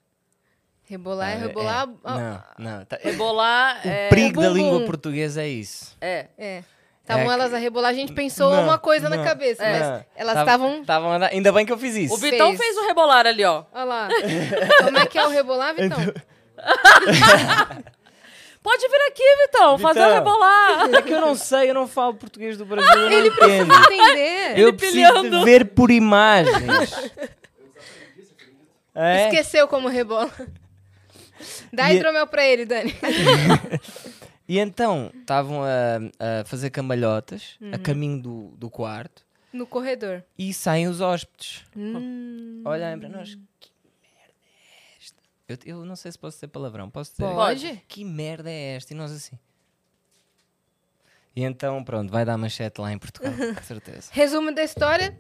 S2: Rebolar,
S3: Ah, é,
S2: rebolar. ah,
S3: Não, não. tá-
S1: Rebolar
S3: O
S1: é.
S3: perigo da
S2: bumbum.
S3: língua portuguesa é isso.
S1: É.
S2: É. Estavam
S3: É
S2: elas a rebolar, a gente pensou
S3: Não,
S2: uma coisa na
S3: não,
S2: cabeça, mas
S3: não.
S2: elas
S3: Tava-
S2: estavam.
S3: tavam a andar- Ainda bem que eu fiz isso.
S1: O Vitão
S2: Fez.
S1: fez o rebolar ali, ó.
S2: Olha lá. Como é que é o rebolar, Vitão?
S3: Então,
S1: Pode vir aqui, Vitão, fazer o
S3: Vitão.
S1: rebolar.
S3: É que eu não sei, eu não falo português do Brasil,
S2: Ah,
S3: eu não entendo.
S2: Entender.
S3: Eu preciso de
S1: pilhando.
S3: ver por
S2: (laughs)
S3: imagens. É?
S2: Esqueceu como rebola. Dá
S3: E-
S2: hidromel pra ele, Dani.
S3: E então estavam a, a fazer cambalhotas
S2: Uhum.
S3: a caminho do, do quarto
S2: No corredor.
S3: e saem os hóspedes.
S2: Hum,
S3: Olhem para nós, que merda é esta? Eu, eu não sei se posso dizer palavrão, posso dizer?
S2: pode?
S3: Que merda é esta? E nós assim. E então, pronto, vai dar manchete lá
S2: (laughs)
S3: em Portugal, com certeza.
S2: Resumo da história,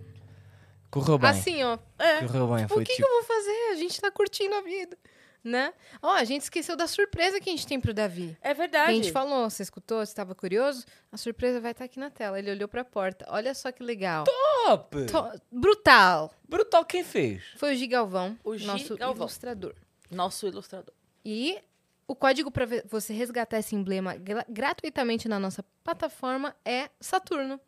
S3: Correu bem,
S2: assim, ó.
S3: correu bem,
S2: O
S3: foi
S2: que, que
S3: tipo...
S2: eu vou fazer? A gente tá curtindo a vida, né? Ó, a gente esqueceu da surpresa que a gente tem pro Davi.
S1: (laughs) É
S2: Que
S1: verdade.
S2: a gente falou, você escutou, você estava curioso? A surpresa vai estar aqui na tela. Ele olhou pra porta. Olha só que legal.
S3: Top!
S2: To- Então, Brutal.
S3: Brutal quem fez?
S2: Foi o Gigalvão,
S1: O
S2: o
S1: Gi
S2: nosso
S1: Galvão.
S2: ilustrador.
S1: Nosso ilustrador.
S2: E o código para você resgatar esse emblema gra- gratuitamente na nossa plataforma é Saturno.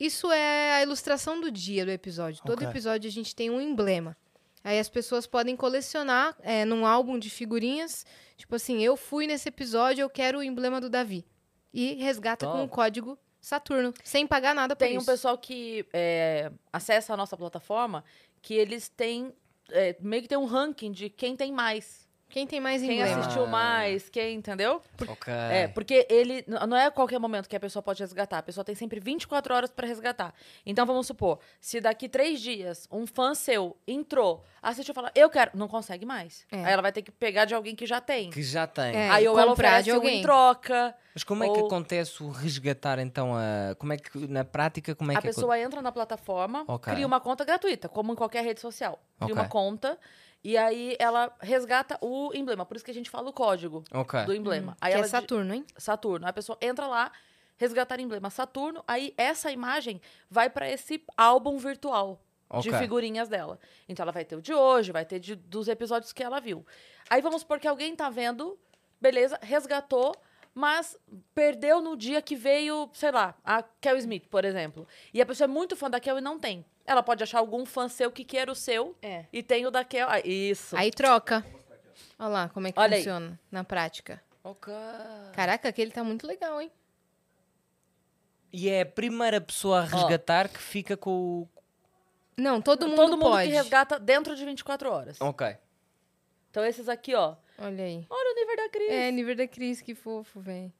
S2: Isso é a ilustração do dia do episódio. Todo
S3: Ok.
S2: episódio a gente tem um emblema. Aí as pessoas podem colecionar é, num álbum de figurinhas. Tipo assim, eu fui nesse episódio, eu quero o emblema do Davi. E resgata com o
S3: Top.
S2: código Saturno, sem pagar nada por
S1: Tem um
S2: isso.
S1: pessoal que é, acessa a nossa plataforma que eles têm. é, meio que tem um ranking de quem tem mais.
S2: Quem tem mais
S1: Quem
S2: emblema?
S1: assistiu
S3: Ah.
S1: mais, quem, entendeu?
S3: Ok.
S1: É, porque ele. n- Não é a qualquer momento que a pessoa pode resgatar. A pessoa tem sempre 24 horas pra resgatar. Então vamos supor, se daqui três dias um fã seu entrou, assistiu e fala, eu quero. Não consegue mais.
S2: É.
S1: Aí ela vai ter que pegar de alguém que já tem.
S3: Que já tem.
S2: É,
S1: Aí ou ela
S2: comprar
S1: oferece
S2: de
S1: um
S2: alguém.
S1: em troca.
S3: Mas como é que
S1: Ou-
S3: acontece o resgatar então a. Como é que na prática como é
S1: a
S3: que
S1: pessoa entra na plataforma,
S3: Ok.
S1: cria uma conta gratuita, como em qualquer rede social. Cria
S3: Ok.
S1: uma conta e aí ela resgata o emblema. Por isso que a gente fala o código
S3: acontece?
S1: do
S3: Ok.
S1: emblema.
S2: Que
S1: Aí
S2: é
S1: ela di-
S2: Saturno, hein?
S1: Saturno. Aí A pessoa entra lá, resgatar emblema Saturno, aí essa imagem vai pra esse álbum virtual
S3: ok.
S1: de figurinhas dela. Então ela vai ter o de hoje, vai ter de- dos episódios que ela viu. Aí vamos supor que alguém tá vendo, beleza, resgatou, mas perdeu no dia que veio, sei lá, a Kel Smith, por exemplo. E a pessoa é muito fã da Kel e não tem. Ela pode achar algum fã seu que queira o seu
S2: É.
S1: e tem o da Kel. Ah, isso.
S2: Aí troca. Olha lá como é que
S1: Olha aí.
S2: funciona na prática.
S1: Ok.
S2: Caraca, aquele tá muito legal, hein? Oh.
S3: E é a primeira pessoa a resgatar que fica com o,
S2: Não, todo mundo
S1: Todo mundo
S2: pode.
S1: que resgata dentro de 24 horas.
S3: Ok.
S1: Então esses aqui, ó.
S2: Olha aí.
S1: Olha o nível da Cris.
S2: É, nível da Cris, que fofo, velho.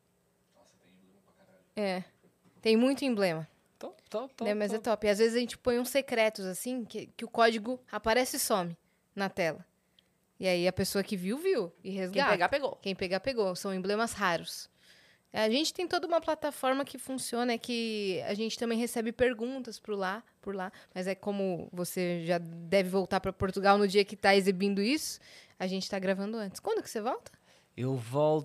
S2: É. Tem muito emblema,
S3: Top, top, top.
S2: né? Mas é
S3: top.
S2: top. E às vezes a gente põe uns secretos, assim, que, que o código aparece e some na tela. E aí a pessoa que viu, viu. E
S1: Quem
S2: resgata.
S1: pegar, pegou.
S2: Quem pegar, pegou. São emblemas raros. A gente tem toda uma plataforma que funciona, é que a gente também recebe perguntas por lá, por lá. Mas é como você já deve voltar para Portugal no dia que está exibindo isso, a gente está gravando antes. Quando que você volta?
S3: Eu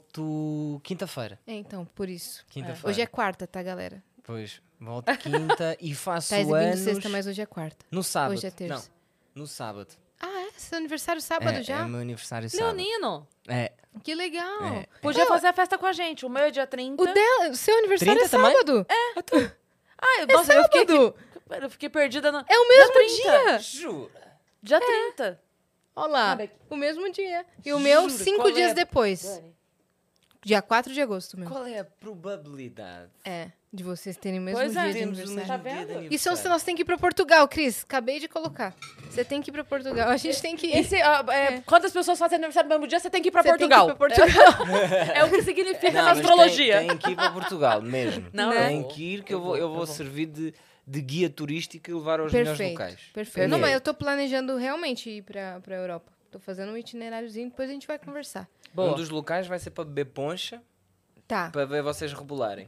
S3: volto quinta-feira.
S2: É, então, por isso.
S3: Quinta-feira.
S2: Hoje é quarta, tá, galera?
S3: Pois,
S2: (laughs)
S3: volto quinta e faço
S2: Tá exibindo
S3: anos
S2: sexta, mas hoje é quarta.
S3: no sábado.
S2: Hoje é terça.
S3: Não, no sábado.
S2: Ah, é? Seu aniversário sábado
S3: é,
S2: já?
S3: É meu aniversário sábado.
S1: Leonino,
S3: É,
S2: Que legal.
S3: É.
S1: podia fazer a festa com a gente. O meu é dia 30.
S2: O dela, seu aniversário
S3: 30
S2: é
S3: também?
S2: sábado. É,
S1: Ah, eu- nossa, eu fiquei,
S2: sábado.
S1: eu fiquei perdida. No...
S2: É o mesmo
S1: 30.
S2: dia.
S3: Jura?
S1: Dia 30.
S2: Olha lá,
S1: Olha aqui.
S2: o mesmo dia. E o meu,
S3: Juro,
S2: cinco
S3: qual
S2: dias
S3: é?
S2: depois.
S1: Dani.
S2: Dia 4 de agosto, meu.
S3: Qual é a probabilidade?
S2: É, de vocês terem o mesmo
S1: Pois é,
S2: dia de
S3: Temos
S2: aniversário.
S1: Tá
S3: mesmo dia de
S1: vendo?
S2: Isso é um
S3: aniversário.
S2: sinal, você tem que ir pra Portugal, Cris. Acabei de colocar. Você tem que ir pra Portugal. A gente tem que ir.
S1: Esse, ah, é, Quando as pessoas fazem aniversário no mesmo dia, você tem que ir pra
S2: Você tem que ir
S1: Portugal.
S2: pra Portugal.
S1: É o que significa
S3: (laughs)
S1: na
S3: Não, mas
S1: astrologia.
S3: Tem, tem que ir para Portugal mesmo.
S1: Não,
S2: Né?
S3: Tem que ir que eu vou, eu vou servir de, de guia turística e levar aos melhores
S2: Perfeito.
S3: locais.
S2: Perfeito. Não, mas eu tô planejando realmente ir pra, pra Europa. Tô fazendo um itineráriozinho, depois a gente vai conversar.
S1: Boa.
S3: Um dos locais vai ser para beber poncha,
S2: Tá.
S3: para ver vocês rebolarem.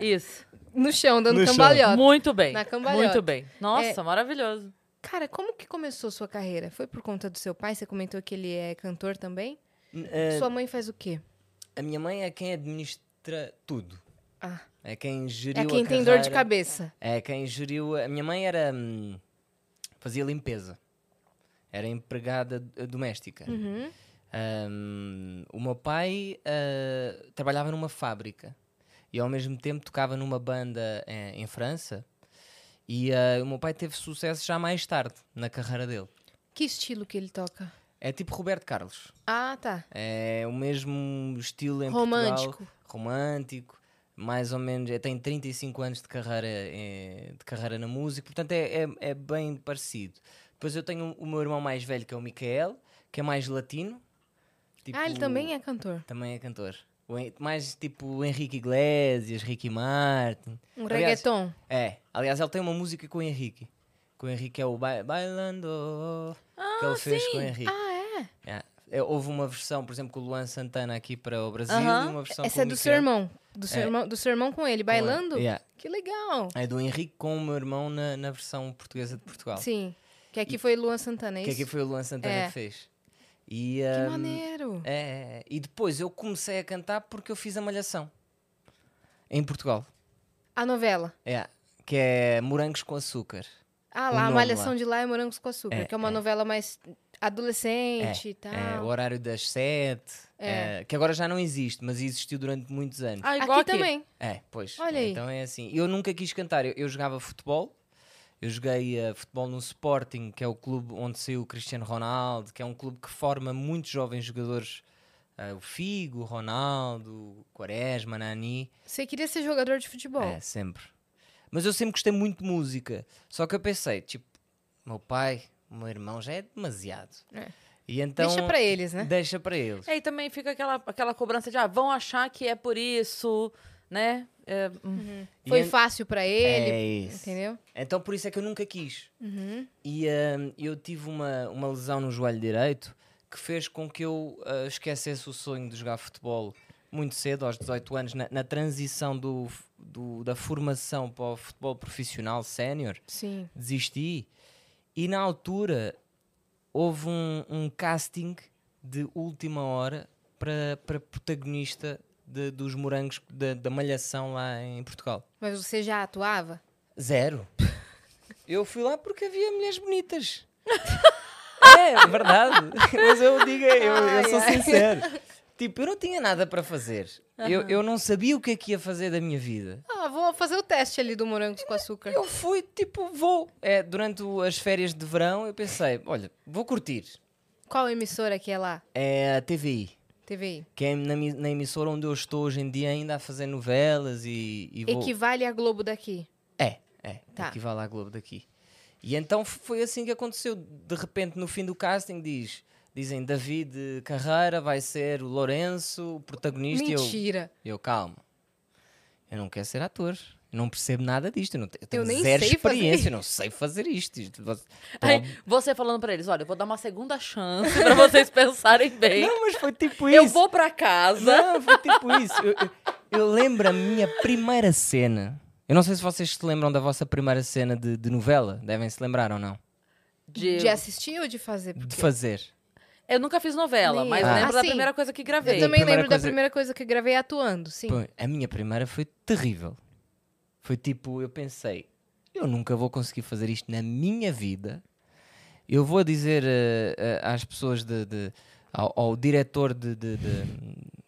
S1: Isso.
S2: No chão, dando
S3: No chão.
S2: cambalhota.
S1: Muito bem.
S2: Tá. Na cambalhota.
S1: Muito bem. Nossa, maravilhoso.
S2: Cara, como que começou sua carreira? Foi por conta do seu pai? Você comentou que ele é cantor também?
S3: N- eh,
S2: Sua mãe faz o quê?
S3: a minha mãe é quem administra tudo.
S2: Ah,
S3: É quem geriu
S2: é
S3: a
S2: quem tem dor de
S3: carreira.
S2: cabeça.
S3: É quem geriu. A minha mãe era. hum, fazia limpeza. Era empregada d- eh, doméstica.
S2: Uhum.
S3: Hum, o meu pai ah, trabalhava numa fábrica e ao mesmo tempo tocava numa banda eh, em França. E ah, o meu pai teve sucesso já mais tarde na carreira dele.
S2: Que estilo que ele toca?
S3: É tipo Roberto Carlos.
S2: Ah, tá.
S3: É o mesmo estilo em Portugal.
S2: Romântico.
S3: romântico, mais ou menos, eh, tem 35 anos de carreira, eh, de carreira na música, portanto é, é, é bem parecido. Depois eu tenho o meu irmão mais velho, que é o Micael, que é mais latino.
S2: Ah, ele
S3: tipo,
S2: também é cantor.
S3: Também é cantor. O En- Mais tipo Henrique Iglesias, Ricky Martin.
S2: Um
S3: Aliás-
S2: reggaeton.
S3: É, aliás, ele tem uma música com o Henrique. Com o Henrique é o Ba- Bailando, que ele fez com o Henrique.
S2: Ah,
S3: É, é, Houve uma versão, por exemplo, com o Luan Santana aqui para o Brasil
S1: Aham.
S3: e uma versão
S2: é?
S3: com
S2: Essa é
S3: o
S2: do
S3: Micael.
S2: seu irmão. Do seu,
S3: É.
S2: irmão, do seu irmão com ele, bailando?
S3: Yeah.
S2: Que legal.
S3: É do Henrique com o meu irmão na, na versão portuguesa de Portugal.
S2: Sim. Que aqui foi Luan Santana, é
S3: Que
S2: isso?
S3: aqui foi o Luan Santana
S2: É.
S3: que fez. E,
S2: Que
S3: ah,
S2: maneiro.
S3: é, é. e depois eu comecei a cantar porque eu fiz a Malhação. Em Portugal.
S2: A novela.
S3: É. Que é Morangos com Açúcar.
S2: Ah
S3: O
S2: lá, a
S3: nome
S2: Malhação
S3: lá.
S2: de Lá é Morangos com Açúcar,
S3: É,
S2: que é uma
S3: é.
S2: novela mais adolescente e tal.
S3: É, o horário das sete.
S2: Ah. É.
S3: é, que agora já não existe, mas existiu durante muitos anos.
S1: Ah, igual
S2: Aqui
S1: aqui.
S2: também.
S3: É, pois.
S2: Olha aí.
S3: Então é assim. Eu nunca quis cantar. Eu, eu jogava futebol. Eu joguei eh, futebol no Sporting, que é o clube onde saiu o Cristiano Ronaldo, que é um clube que forma muitos jovens jogadores. eh, o Figo, o Ronaldo, o Quaresma, Nani.
S2: Você queria ser jogador de futebol.
S3: É, sempre. Mas eu sempre gostei muito de música. Só que eu pensei, tipo, meu pai, meu irmão já é demasiado.
S2: É.
S3: E então...
S2: Deixa pra eles, né?
S3: Deixa para eles.
S1: É, e também fica aquela, aquela cobrança de, ah, vão achar que é por isso, né? É, hum.
S3: E
S2: Foi
S3: en-
S2: fácil pra ele,
S3: É isso.
S2: entendeu?
S3: Então por isso é que eu nunca quis.
S2: Uhum.
S3: E hum, eu tive uma, uma lesão no joelho direito que fez com que eu ah, esquecesse o sonho de jogar futebol muito cedo, aos 18 anos, na, na transição do, f- do- da formação para o futebol profissional sénior.
S2: Sim.
S3: Desisti. E na altura houve um, um casting de última hora para para protagonista de- dos morangos da, da Malhação lá em Portugal.
S2: Mas você já atuava?
S3: Zero. (laughs) Eu fui lá porque havia mulheres (laughs) bonitas. é, verdade. Mas eu digo, eu, eu sou sincero. Tipo, eu não tinha nada para fazer. Eu, eu não sabia o que é que ia fazer da minha vida.
S2: Ah, vou fazer o teste ali do morangos com açúcar.
S3: Eu fui, tipo, vou. É, durante o- as férias de verão, eu pensei, olha, vou curtir.
S2: Qual emissora que é lá?
S3: É a TVI,
S2: TVI.
S3: que é na, mi- na emissora onde eu estou hoje em dia ainda a fazer novelas e, e vou...
S2: Equivale à Globo daqui.
S3: É, é.
S2: Tá.
S3: Aqui vai lá a Globo daqui. E então f- foi assim que aconteceu. De repente, no fim do casting, diz, dizem David Carreira vai ser o Lourenço, o protagonista. E eu-
S2: Mentira.
S3: eu, calma. Eu não quero ser ator. Eu não percebo nada disto. Eu, não te- eu tenho
S2: nem
S3: zero
S2: sei fazer
S3: experiência.
S2: isto."
S3: Eu não sei fazer isto. Isto- (laughs) vo-
S1: Aí,
S3: Tô-
S1: você falando pra eles, olha, eu vou dar uma segunda chance pra vocês (laughs) pensarem bem.
S3: Não, mas foi tipo
S1: eu
S3: isso.
S1: vou pra casa.
S3: Não, (laughs) foi tipo isso. Eu, eu- eu lembro a minha primeira cena. Eu não sei se vocês se lembram da vossa primeira cena de, de novela. Devem se lembrar ou não.
S1: De-
S2: De assistir ou de fazer?
S3: De
S2: Porque-
S3: fazer.
S1: Eu nunca fiz novela,
S2: Nem
S1: mas
S3: eu. Ah.
S1: lembro da
S2: Assim,
S1: primeira coisa que
S2: Eu
S1: gravei.
S2: também
S3: Primeira
S2: lembro da
S3: coisa-
S2: primeira coisa que eu gravei é atuando, sim.
S3: Pô, a minha primeira foi terrível. Foi tipo, eu pensei, eu nunca vou conseguir fazer isto na minha vida. Eu vou dizer eh, eh, às pessoas de, de- ao, ao diretor de, de- de-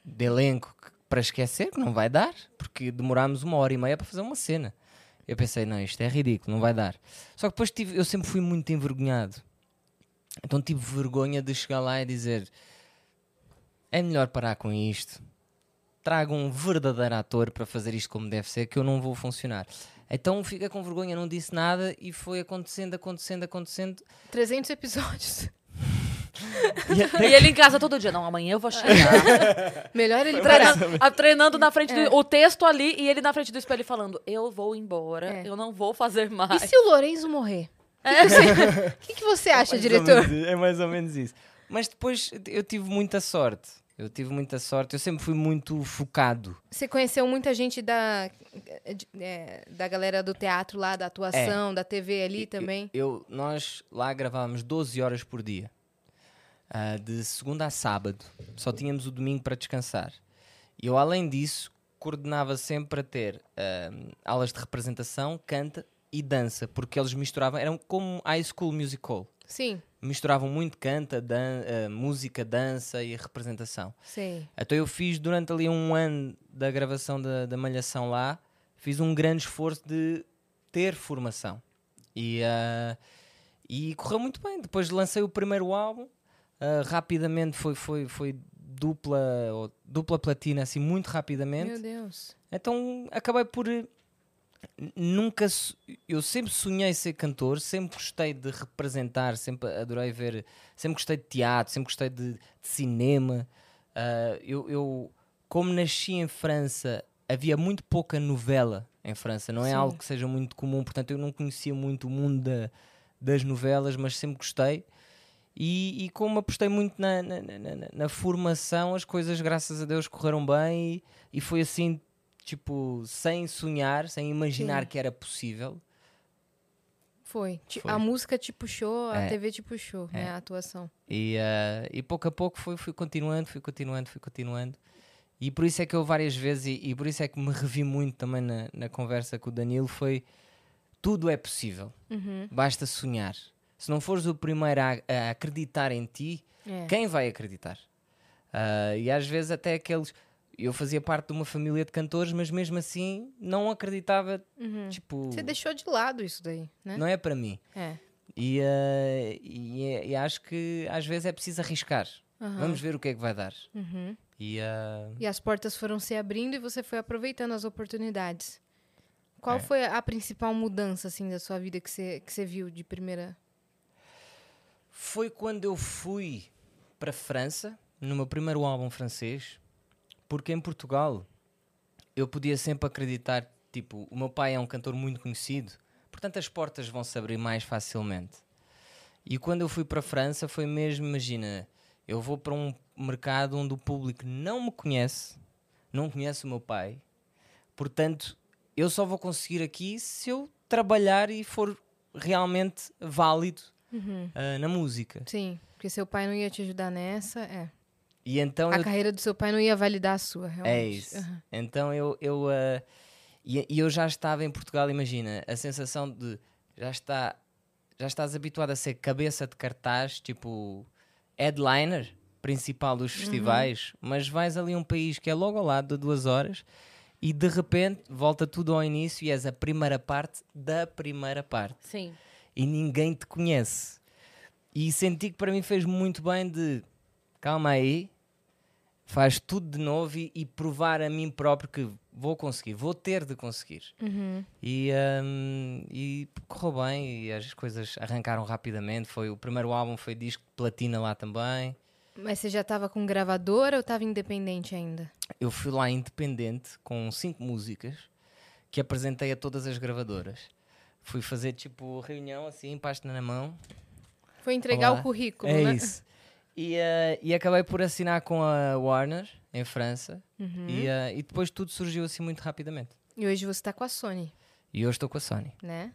S3: de elenco que- para esquecer que não vai dar, porque demorámos uma hora e meia para fazer uma cena. Eu pensei, não, isto é ridículo, não vai dar. Só que depois tive, eu sempre fui muito envergonhado. Então tive vergonha de chegar lá e dizer é melhor parar com isto traga um verdadeiro ator para fazer isto como deve ser, que eu não vou funcionar. Então fica com vergonha, não disse nada e foi acontecendo, acontecendo, acontecendo.
S2: 300 episódios.
S3: (laughs)
S2: (laughs)
S3: E é- até-
S1: E ele em casa todo dia. Não, amanhã eu vou chegar.
S2: Melhor ele treinar.
S1: treinando, a- treinando na frente do. O texto ali e ele na frente do espelho falando: Eu vou embora,
S2: É.
S1: eu não vou fazer
S2: E
S1: mais.
S2: se o Lourenço morrer? O que
S3: É.
S2: você- O (laughs) que, que você acha,
S3: mais ou
S2: diretor?
S3: menos- é mais ou menos isso. Mas depois eu tive muita sorte. Eu tive muita sorte. Eu sempre fui muito focado.
S2: Você conheceu muita gente da, de- é, da galera do teatro lá, da atuação,
S3: É.
S2: da TV ali também.
S3: Eu, nós lá gravávamos 12 horas por dia. Ah, de segunda a sábado. Só tínhamos o domingo para descansar. E eu, além disso, coordenava sempre para ter ahm, aulas de representação, canta e dança, porque eles misturavam, eram como high school musical.
S2: Sim,
S3: Misturavam muito canta, dan- ah, música, dança e representação.
S2: sei.
S3: Então eu fiz durante ali um ano da gravação da, da Malhação lá, fiz um grande esforço de ter formação. E, ah, e correu muito bem. Depois lancei o primeiro álbum, ah, rapidamente foi, foi, foi dupla, ou dupla platina, assim, muito
S2: Meu
S3: rapidamente.
S2: Deus.
S3: Então acabei por. eh, n- Nunca. so- Eu sempre sonhei ser cantor, sempre gostei de representar, sempre adorei ver. Sempre gostei de teatro, sempre gostei de, de cinema. Ah, eu, eu, como nasci em França, havia muito pouca novela em França, não é
S2: Sim.
S3: algo que seja muito comum, portanto eu não conhecia muito o mundo da- das novelas, mas sempre gostei. E, e como apostei muito na, na- na- na- na formação, as coisas, graças a Deus, correram bem e, e foi assim, tipo, sem sonhar, sem imaginar
S2: Sim.
S3: que era possível.
S2: Foi. Ti-
S3: Foi.
S2: A música te puxou, a
S3: É.
S2: TV te puxou, né? A atuação.
S3: E, ah, e pouco a pouco fui, fui continuando, fui continuando, fui continuando. E por isso é que eu várias vezes, e, e por isso é que me revi muito também na, na conversa com o Danilo, foi tudo é possível,
S2: Uhum.
S3: basta sonhar. Se não fores o primeiro a, a acreditar em ti,
S2: É.
S3: quem vai acreditar? Ah, e às vezes até aqueles... Eu fazia parte de uma família de cantores, mas mesmo assim não acreditava,
S2: Uhum.
S3: tipo...
S2: Você deixou de lado isso daí, né?
S3: Não é para mim.
S2: É.
S3: E, ah, e- e acho que às vezes é preciso arriscar.
S2: Aham.
S3: Vamos ver o que é que vai dar.
S2: Uhum.
S3: E ah,
S2: E as portas foram se abrindo e você foi aproveitando as oportunidades.
S3: É.
S2: Qual foi a principal mudança, assim, da sua vida que você, que você viu de primeira?
S3: foi quando eu fui para a França, no meu primeiro álbum francês, porque em Portugal eu podia sempre acreditar, tipo, o meu pai é um cantor muito conhecido, portanto as portas vão se abrir mais facilmente. E quando eu fui para a França foi mesmo, imagina, eu vou para um mercado onde o público não me conhece, não conhece o meu pai, portanto eu só vou conseguir aqui se eu trabalhar e for realmente válido ah, na música.
S2: Sim, porque seu pai não ia te ajudar nessa, é.
S3: E então
S2: A
S3: eu
S2: carreira do seu pai não ia validar a sua, realmente.
S3: É isso.
S2: Aham.
S3: Então eu. eu ah, e, e eu já estava em Portugal, imagina, a sensação de já, está, já estás habituado a ser cabeça de cartaz, tipo headliner principal
S2: Uhum.
S3: dos festivais, mas vais ali a um país que é logo ao lado de duas horas e de repente volta tudo ao início e és a primeira parte da primeira parte
S1: Sim.
S3: e ninguém te conhece. E senti que para mim fez muito bem de calma aí, faz tudo de novo e, e provar a mim próprio que vou conseguir, vou ter de conseguir.
S2: Uhum.
S3: E, hum, e correu bem, e as coisas arrancaram rapidamente. Foi, o primeiro álbum foi disco de platina lá também.
S2: Mas você já tava com gravadora ou tava independente ainda?
S3: Eu fui lá independente com cinco músicas que apresentei a todas as gravadoras. Fui fazer tipo reunião assim, pasta na mão.
S2: Foi entregar
S3: Olá.
S2: o currículo,
S3: é
S2: né?
S3: isso. (laughs) E, eh, e acabei por assinar com a Warner em França. E, eh, e depois tudo surgiu assim muito rapidamente.
S2: E hoje você tá com a Sony,
S3: E hoje estou com a Sony.
S2: né?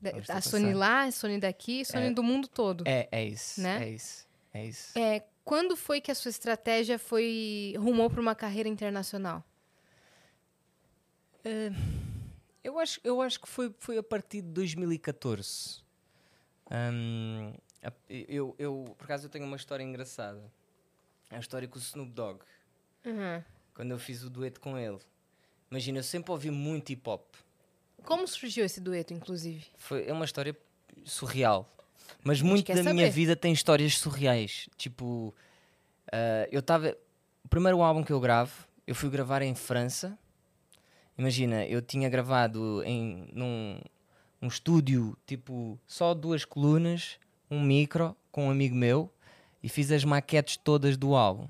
S2: Da-
S3: Hoje tô com
S2: a
S3: a
S2: Sony
S3: Sony.
S2: lá, a Sony daqui, a Sony
S3: É.
S2: do mundo todo.
S3: É, é isso.
S2: Né?
S3: É isso. É isso.
S2: É, quando foi que a sua estratégia foi rumou para uma carreira internacional?
S3: Eu acho, eu acho que foi, foi a partir de 2014. Hum, a- eu, eu, por acaso, eu tenho uma história engraçada. É a história com o Snoop Dogg,
S2: Uhum.
S3: quando eu fiz o dueto com ele. Imagina, eu sempre ouvi muito hip hop.
S2: Como surgiu esse dueto, inclusive?
S3: Foi, é uma história surreal. Mas muito
S2: quer
S3: da minha
S2: saber.
S3: vida tem histórias surreais. Tipo, ah, eu estava. O primeiro álbum que eu gravo, eu fui gravar em França. Imagina, eu tinha gravado em num um estúdio, tipo, só duas colunas, um micro, com um amigo meu, e fiz as maquetes todas do álbum.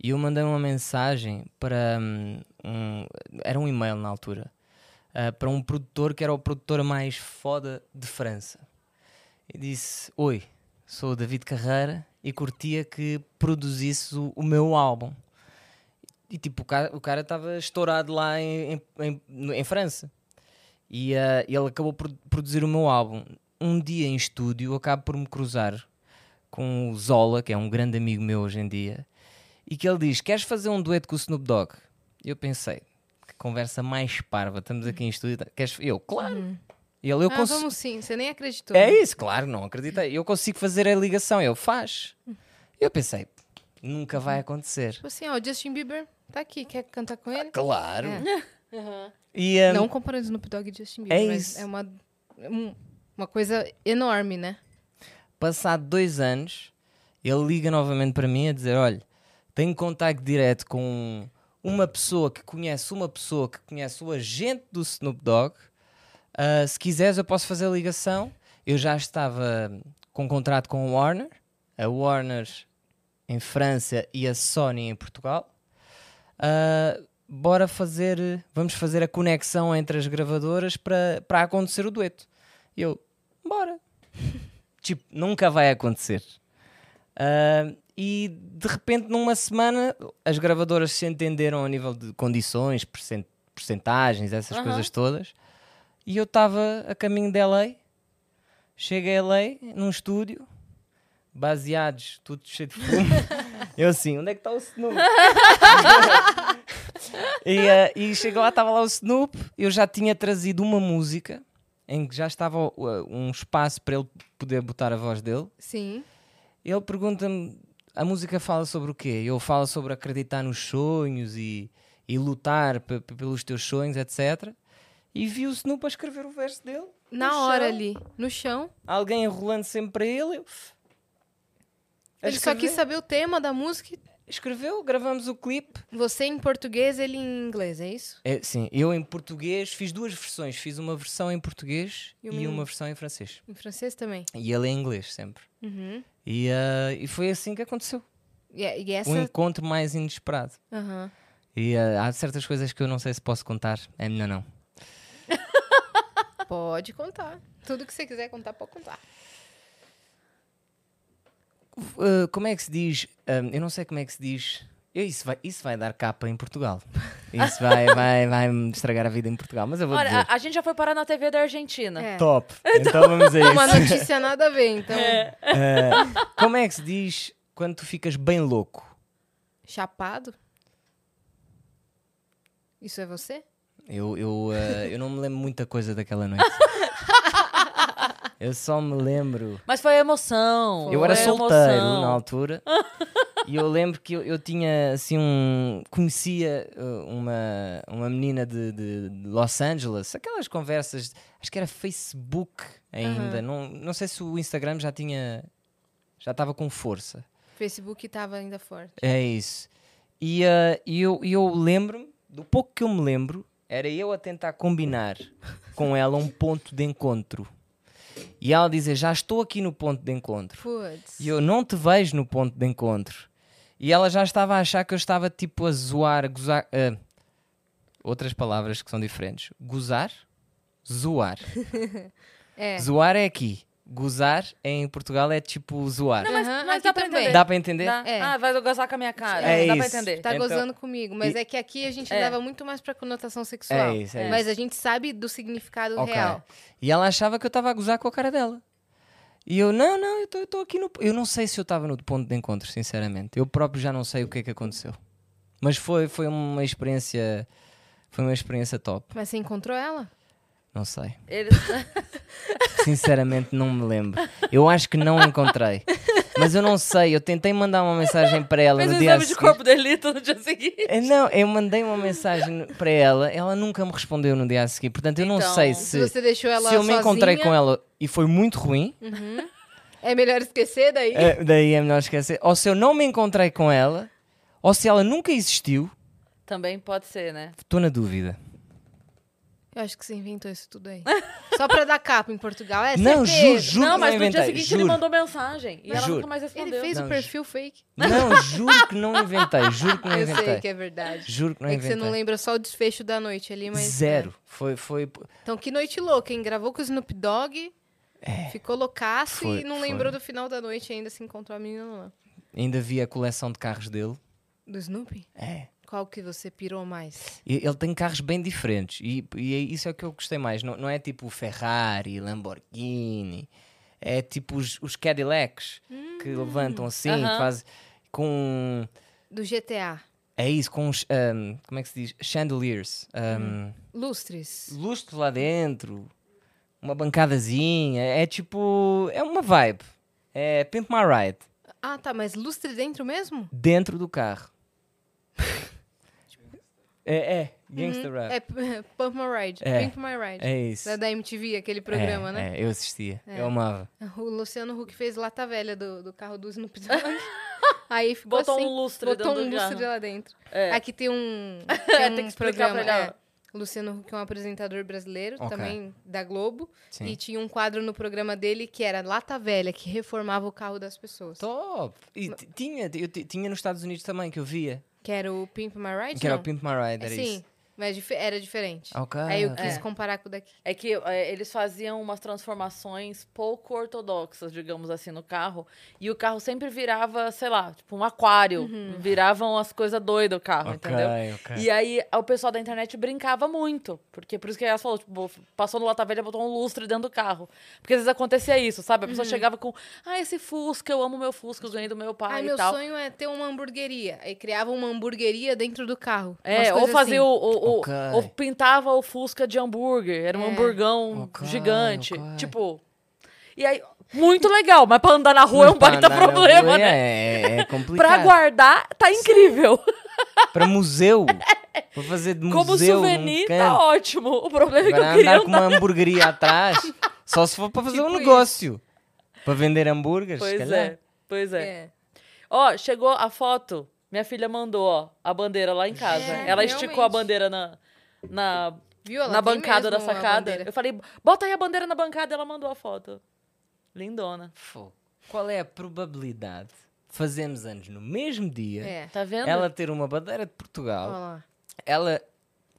S3: E eu mandei uma mensagem para. hum, um- era um e-mail na altura. ah, para um produtor que era o produtor mais foda de França. E disse: Oi, sou o David Carreira e curtia que produzisse o, o meu álbum. E tipo, o ca- o cara estava estourado lá em, em- em- no- em França. E ah, ele acabou por produzir o meu álbum. Um dia em estúdio, eu acabo por me cruzar com o Zola, que é um grande amigo meu hoje em dia, e que ele diz: Queres fazer um dueto com o Snoop Dogg? Eu pensei: Que conversa mais parva, estamos aqui em estúdio. tá- Queres? Eu, claro. E ele, eu
S2: ah,
S3: consigo.
S2: vamos sim, você nem acreditou. Tipo
S3: É isso, claro, não acredita. Eu consigo fazer a ligação, ele faz. Eu pensei, nunca vai acontecer.
S2: Tipo assim, ó, o Justin Bieber tá aqui, quer cantar com ele?
S3: Claro.
S2: É.
S3: E, hum,
S2: Não comparando Snoop Dogg e Justin Bieber,
S3: É
S2: mas
S3: isso.
S2: é uma, um- uma coisa enorme, né?
S3: passado dois anos, ele liga novamente para mim a dizer: Olha, tenho contacto direto com uma pessoa que conhece uma pessoa que conhece o agente do Snoop Dogg. Ah, se quiseres, eu posso fazer a ligação. Eu já estava com contrato com a Warner, a Warner em França e a Sony em Portugal. Ah, bora fazer, vamos fazer a conexão entre as gravadoras para para acontecer o dueto. E eu, bora (laughs) tipo, nunca vai acontecer. Ah, e de repente, numa semana, as gravadoras se entenderam a nível de condições, percent percentagens, essas
S1: Aham.
S3: coisas todas. E eu estava a caminho de LA, cheguei a LA num estúdio, baseados, tudo cheio de fumo. eu assim, onde é que está o Snoop? e, ah, e chego lá, estava lá o Snoop, eu já tinha trazido uma música em que já estava uh, um espaço para ele poder botar a voz dele.
S2: Sim.
S3: Ele pergunta-me: a música fala sobre o quê? Eu falo sobre acreditar nos sonhos e, e lutar pe- pe- pelos teus sonhos, etc. E vi o Snoop a escrever o verso dele.
S2: Na
S3: no
S2: hora
S3: chão.
S2: ali, no chão.
S3: Alguém enrolando sempre para ele. eu- a
S2: Ele só é-
S3: escrever.
S2: quis saber o tema da música. e
S3: Escreveu, gravamos o clipe.
S2: Você em português, ele em inglês, é isso?
S3: É, sim, eu em português fiz duas versões. Fiz uma versão em português
S2: E
S3: e
S2: uma
S3: uma,
S2: em-
S3: versão em francês.
S2: Em francês também.
S3: E ele em inglês sempre.
S2: Uhum.
S3: E, ah, e foi assim que aconteceu.
S2: E, é, e
S3: um
S2: essa.
S3: encontro mais inesperado.
S2: Aham.
S3: E eh, há certas coisas que eu não sei se posso contar. É melhor não.
S2: Pode contar. Tudo que você quiser contar, pode contar.
S3: Eh, como é que se diz? Ahm, eu não sei como é que se diz. Eu- Isso vai, isso vai dar capa em Portugal.
S2: (laughs)
S3: Isso vai, vai, vai me estragar a vida em Portugal. Mas eu vou
S1: Olha,
S3: dizer.
S1: a, a gente já foi parar na TV da Argentina.
S2: ah, É. (laughs)
S3: Top. Então vamos a
S2: Uma
S3: isso.
S2: notícia nada a ver, então.
S3: Como é que se diz quando tu ficas bem louco?
S2: Chapado? Isso é você?
S3: Eu, eu, eh, eu não me lembro muita coisa
S2: (laughs)
S3: daquela noite. Eu só me lembro.
S1: Mas foi emoção.
S3: Eu era
S1: foi
S3: solteiro
S1: emoção.
S3: na altura e eu lembro que eu, eu tinha assim um. conhecia uh, uma, uma menina de, de- de Los Angeles, aquelas conversas, acho que era Facebook ainda, não, não sei se o Instagram já tinha. já estava com força.
S2: Facebook tava ainda forte.
S3: É isso. E uh, e eu, e eu lembro-me do pouco que eu me lembro, era eu a tentar combinar com ela um ponto de encontro. E ela dizer, já estou aqui no ponto de encontro.
S2: Putz.
S3: E eu não te vejo no ponto de encontro. E ela já estava a achar que eu estava tipo a zoar, a gozar. ah, outras palavras que são diferentes. Gozar, zoar.
S2: É.
S3: Zoar é aqui. Gozar em Portugal é tipo zoar.
S1: Não, mas,
S2: Aham,
S1: mas
S2: aqui
S1: dá pra
S2: também.
S1: entender.
S3: Dá para entender?
S1: Dá.
S2: É.
S1: Ah, vai gozar com a minha cara.
S3: É
S1: dá
S3: isso.
S1: pra entender.
S2: Tá
S3: Então-
S2: gozando comigo, mas é que aqui a gente
S1: É.
S2: leva muito mais pra conotação sexual.
S3: É isso, é
S2: Mas a gente sabe do significado
S3: Ok.
S2: real.
S3: E ela achava que eu estava a gozar com a cara dela. E eu, não, não, eu estou aqui no. Eu não sei se eu estava no ponto de encontro, sinceramente. Eu próprio já não sei o que é que aconteceu. Mas foi, foi uma experiência. Foi uma experiência top.
S2: Mas você encontrou ela?
S3: Não sei.
S1: Ele-
S3: Sinceramente, não me lembro. Eu acho que não a encontrei. Mas eu não sei. Eu tentei mandar uma mensagem para ela
S1: Fez um
S3: no dia a
S1: exame de
S3: seguir.
S1: corpo de delito no dia seguinte.
S3: Eh, Não, eu mandei uma mensagem para ela. Ela nunca me respondeu no dia a seguir. Portanto, eu não
S1: Então,
S3: sei
S2: Se
S3: se.
S2: você deixou ela
S3: Se eu me encontrei
S2: sozinha,
S3: com ela e foi muito ruim,
S2: É melhor esquecer daí?
S3: É, daí é melhor esquecer. Ou se eu não me encontrei com ela, ou se ela nunca existiu,
S1: Também pode ser, né?
S3: estou na dúvida.
S2: Eu acho que você inventou isso tudo aí. Só pra dar capa em Portugal. É
S3: não, ju,
S2: certeza.
S3: juro
S1: não,
S3: que
S1: mas no
S3: não
S1: dia
S3: inventei.
S1: seguinte
S3: juro.
S1: ele mandou mensagem. E ela
S3: Juro.
S1: nunca mais
S2: Ele
S1: respondeu.
S2: fez
S3: Não,
S2: o
S3: ju-
S2: perfil fake. (laughs)
S3: Não, juro que não inventei. Juro que não
S2: Eu
S3: inventei.
S2: sei que é verdade.
S3: Juro que não
S2: é que
S3: inventei.
S2: você não lembra só o desfecho da noite ali, mas. é.
S3: Zero. Foi, foi.
S2: Então, que noite louca, hein? Gravou com o Snoop Dogg, ficou loucaço e
S3: É. Foi-
S2: não
S3: foi.
S2: lembrou do final da noite ainda se encontrou a menina lá.
S3: Ainda vi a coleção de carros dele.
S2: Do Snoop?
S3: É.
S2: Qual que você pirou mais?
S3: E- Ele tem carros bem diferentes. E, e é isso é o que eu gostei mais. Não, não é tipo Ferrari, Lamborghini. É tipo os, os Cadillacs que
S2: Hum,
S3: levantam assim,
S1: Aham.
S3: fazem. Com.
S2: Do GTA.
S3: É isso, com os, ahm, como é que se diz? Chandeliers. ahm,
S2: Lustres.
S3: Lustre lá dentro, uma bancadazinha. É tipo. É uma vibe. É Pimp My Ride.
S2: Ah, tá, mas lustre dentro mesmo?
S3: Dentro
S1: (laughs)
S3: do carro. é, é.
S1: Uhum.
S3: Gangster Rap.
S2: É p- (laughs) Pump My Ride.
S3: É.
S2: Pimp My Ride.
S3: É, isso.
S2: Da, da MTV, aquele programa,
S3: É,
S2: né?
S3: é, eu assistia. Eu amava.
S2: O Luciano Huck fez lata velha do, do carro do
S1: (laughs)
S2: Snoop Dogg. Aí ficou
S1: Botou
S2: assim,
S1: um lustre
S2: botou
S1: dentro
S2: um
S1: do
S2: lustre
S1: carro.
S2: lá dentro.
S1: É.
S2: Aqui tem
S1: (laughs)
S2: um, tem um
S1: Tem que explicar
S2: programa.
S1: pra ele,
S2: é. Luciano Huck é um apresentador brasileiro,
S3: Ok.
S2: também da Globo.
S3: Sim.
S2: E tinha um quadro no programa dele que era lata velha, que reformava o carro das pessoas.
S3: Top! E t- tinha, eu t- tinha nos Estados Unidos também que eu via.
S2: Que era o Pimp My Ride?
S3: Que era o
S2: não?
S3: Pimp My Ride, era
S2: Sim,
S3: isso. Ah,
S2: mas dife- era diferente.
S3: Ok,
S2: Aí eu
S3: ok.
S2: quis
S1: É.
S2: comparar com o daqui.
S1: É que é, eles faziam umas transformações pouco ortodoxas, digamos assim, no carro. E o carro sempre virava, sei lá, tipo um aquário.
S2: Uhum.
S1: Viravam as coisas doidas o carro,
S3: Ok, É.
S1: entendeu?
S3: ok.
S1: E aí o pessoal da internet brincava muito. Porque por isso que ela falou, tipo, passou no Lata Velha botou um lustre dentro do carro. Porque às vezes acontecia isso, sabe? A
S2: Uhum.
S1: pessoa chegava com, ah, esse Fusca, eu amo meu Fusca, eu ganhei do meu pai
S2: Ai,
S1: e
S2: meu
S1: tal.
S2: sonho é ter uma hamburgueria. Aí criava uma hamburgueria dentro do carro. Umas
S1: É, ou
S2: coisas
S1: fazia
S2: assim.
S1: o, o, o-
S3: Ok.
S1: ou pintava o Fusca de hambúrguer, era um
S2: É.
S1: hamburgão
S3: Ok,
S1: gigante,
S3: ok.
S1: tipo. E aí, muito legal, mas pra andar na rua é um
S3: Mas pra
S1: baita
S3: andar na
S1: problema,
S3: rua
S1: né?
S3: É, é
S1: (laughs)
S3: complicado.
S1: Pra guardar, tá incrível.
S3: para
S1: (laughs)
S3: museu. Para fazer de Um museu.
S1: Como
S3: num
S1: souvenir, tá
S3: canto.
S1: ótimo. O problema é que (laughs) eu
S3: Agora
S1: queria
S3: andar com
S1: andar.
S3: uma hamburgueria atrás,
S1: (laughs)
S3: só se for para fazer
S2: Tipo
S3: um
S2: isso.
S3: negócio. Para vender hambúrgueres, se
S1: Pois
S3: calhar.
S1: é, pois é.
S2: É.
S1: Ó, chegou a foto, minha filha mandou, ó, a bandeira lá em casa.
S2: É,
S1: Ela esticou a
S2: realmente.
S1: bandeira na, na,
S2: Viu? Ela
S1: na
S2: tem
S1: bancada da
S2: mesmo a
S1: sacada.
S2: bandeira.
S1: Eu falei, bota aí a bandeira na bancada, ela mandou a foto. Lindona.
S3: Fogo. Qual é a probabilidade de fazermos anos no mesmo dia,
S2: É.
S1: Tá vendo?
S3: ela ter uma bandeira de Portugal,
S2: Olha lá.
S3: ela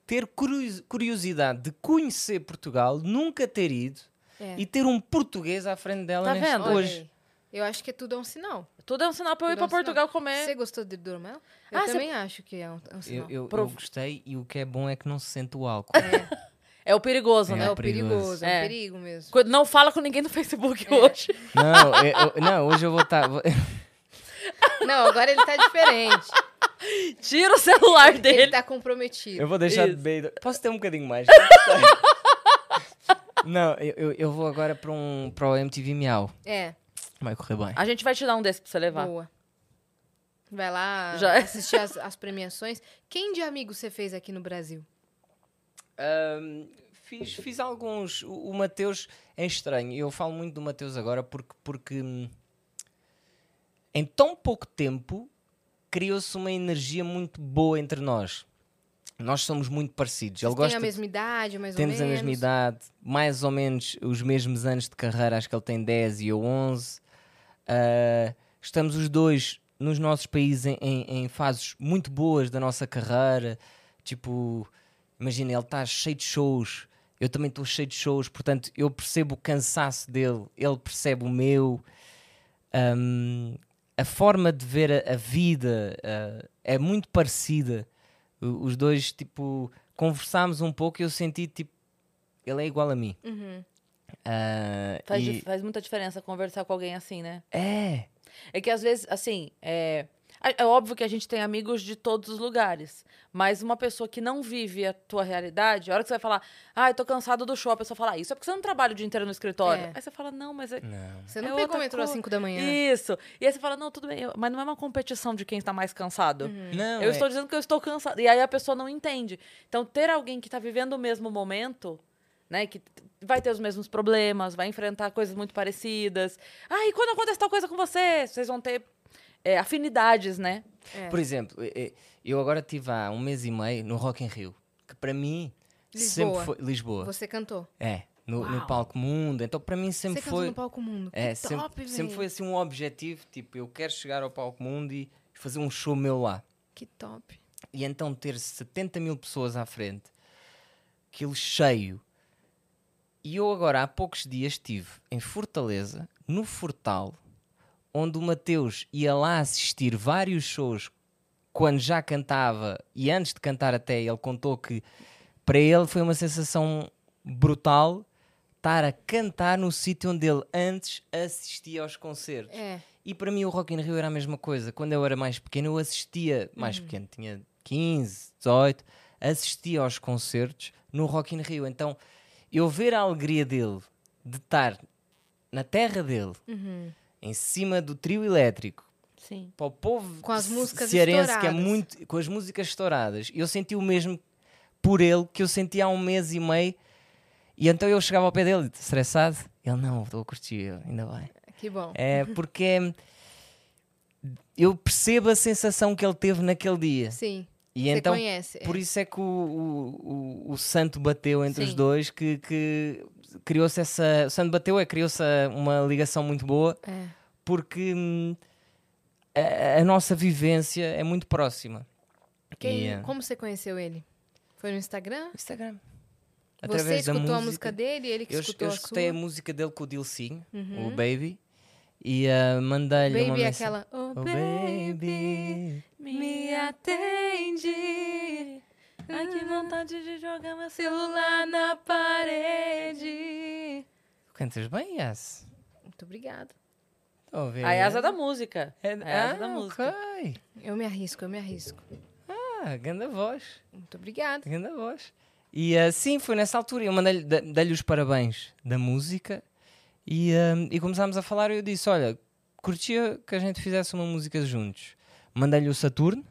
S3: ter curios- curiosidade de conhecer Portugal, nunca ter ido
S2: É.
S3: e ter um português à frente dela
S1: Tá
S3: neste-
S1: vendo?
S2: Olha
S3: hoje.
S2: aí. Eu acho que tudo é um sinal.
S1: Tudo é um sinal pra eu ir
S2: Tudo é
S1: pra
S2: um sinal.
S1: Portugal comer.
S2: Você gostou de dormir? Eu
S1: Ah, você-
S2: também acho que é um, é um
S3: Eu,
S2: sinal.
S3: eu, eu
S1: Prov-
S3: gostei e o que é bom é que não se sente o álcool.
S1: É o perigoso,
S3: É.
S1: né?
S2: É o perigoso, é
S1: É.
S2: o perigo mesmo.
S1: Co- Não fala com ninguém no Facebook hoje. (laughs)
S3: Não, eu- eu- não, hoje eu vou estar.
S2: Não, agora ele tá
S3: (laughs)
S2: diferente.
S1: Tira o celular
S2: ele
S1: dele.
S2: tá comprometido.
S3: Eu vou deixar de
S1: Isso.
S3: beber. Posso ter um bocadinho (laughs) mais? Não, eu, eu, eu vou agora para um para o MTV Miau.
S2: É,
S3: Vai correr bem.
S1: A gente vai te dar um desse pra você levar.
S2: boa. Vai lá
S3: é.
S1: Já-
S2: assistir as, as premiações. Quem de amigo você fez aqui no Brasil?
S3: Ahm, fiz, fiz alguns. O, o Mateus é estranho. Eu falo muito do Mateus agora porque, porque hum, em tão pouco tempo criou-se uma energia muito boa entre nós. Nós somos muito parecidos.
S2: Vocês
S3: Ele
S2: têm
S3: gosta
S2: a mesma idade, mais
S3: temos
S2: ou menos?
S3: a mesma idade, mais ou menos os mesmos anos de carreira, acho que ele tem 10 e eu 11. Ah, estamos os dois nos nossos países em, em- em fases muito boas da nossa carreira. Tipo, imagina, ele está cheio de shows, eu também estou cheio de shows, portanto, eu percebo o cansaço dele, ele percebe o meu. Ahm, a forma de ver a, a vida ah, é muito parecida. O- Os dois, tipo, conversámos um pouco e eu senti, tipo, ele é igual a mim.
S2: Uhum.
S3: Ah,
S1: Faz,
S3: e-
S1: dif- faz muita diferença conversar com alguém assim, né?
S3: É,
S1: É que às vezes, assim, é... a- é óbvio que a gente tem amigos de todos os lugares. Mas uma pessoa que não vive a tua realidade, a hora que você vai falar, ah, eu tô cansado do show, a pessoa fala, "Ah, isso é porque você não trabalha o dia inteiro no escritório.
S2: É.
S1: Aí você fala, não, mas. É...
S3: não.
S2: Você
S1: É
S2: não
S1: outra
S2: pegou o metrô às
S1: cor.
S2: 5 da manhã.
S1: Isso. E aí você fala, não, tudo bem, eu- mas não é uma competição de quem tá mais cansado.
S3: Não,
S1: Eu
S3: é-
S1: estou dizendo que eu estou cansada. E aí a pessoa não entende. Então, ter alguém que está vivendo o mesmo momento, né? Que t- vai ter os mesmos problemas, vai enfrentar coisas muito parecidas. Ah, e quando acontece tal coisa com você? Vocês vão ter é, afinidades, né?
S2: É.
S3: Por exemplo, eh, eh, eu agora estive há um mês e meio no Rock in Rio, que para mim
S2: Lisboa.
S3: sempre foi... Lisboa.
S2: Você cantou.
S3: É, no, no
S1: Uau.
S3: palco mundo. Então para mim sempre
S2: você cantou
S3: foi...
S2: no palco mundo.
S3: É,
S2: que
S3: sempre,
S2: top, velho.
S3: sempre foi assim um objetivo, tipo, eu quero chegar ao palco mundo e fazer um show meu lá.
S2: Que top.
S3: E então ter 70 mil pessoas à frente, aquilo cheio. E eu agora há poucos dias estive em Fortaleza, no Fortal, onde o Mateus ia lá assistir vários shows quando já cantava e antes de cantar até ele contou que para ele foi uma sensação brutal estar a cantar no sítio onde ele antes assistia aos concertos.
S2: É.
S3: E para mim o Rock in Rio era a mesma coisa. Quando eu era mais pequeno, eu assistia, mais
S2: Hum.
S3: pequeno, tinha 15, 18, assistia aos concertos no Rock in Rio. Então, eu ver a alegria dele de estar na terra dele,
S2: Uhum.
S3: em cima do trio elétrico,
S1: Sim.
S3: para o povo
S2: Com as
S3: ce-
S2: músicas
S3: cearense, que é
S2: estouradas.
S3: muito com as músicas estouradas. Eu senti o mesmo por ele que eu senti há um mês e meio. E então eu chegava ao pé dele, estressado, ele não, estou a curtir, eu, ainda bem.
S2: Que bom.
S3: É porque é, eu percebo a sensação que ele teve naquele dia.
S2: Sim.
S3: E
S2: Você
S3: então,
S2: conhece. é.
S3: por isso é que o, o, o- o santo bateu entre os
S1: Sim.
S3: dois, que, que criou-se essa. O santo bateu é criou-se a- uma ligação muito boa,
S2: É.
S3: porque hum, a, a nossa vivência é muito próxima.
S2: Quem-
S3: E, é,
S2: Como você conheceu ele? Foi no Instagram?
S3: Instagram.
S2: você escutou a música dele? Ele que
S3: Eu,
S2: escutou
S3: eu
S2: a
S3: escutei a,
S2: sua?
S3: música dele com o Dilcinho,
S2: Uhum.
S3: o Baby, e ah, mandei-lhe uma
S2: Baby é
S3: mensagem.
S2: aquela... Oh,
S3: Oh,
S2: baby,
S3: baby.
S2: me atende.
S1: Ai, que vontade de jogar meu celular na parede.
S3: Cantas bem, Yas?
S2: Muito obrigada.
S3: Estou a ver.
S1: A Yasa da música.
S3: É-
S1: a Yasa
S3: ah,
S1: da música.
S3: ok.
S2: Eu me arrisco, eu me arrisco.
S3: Ah, ganda voz.
S2: Muito obrigada.
S3: Ganda voz. E assim, foi nessa altura. Eu mandei-lhe da- dei-lhe os parabéns da música e, ah, e começámos a falar. E eu disse: Olha, curtia que a gente fizesse uma música juntos. Mandei-lhe o Saturno.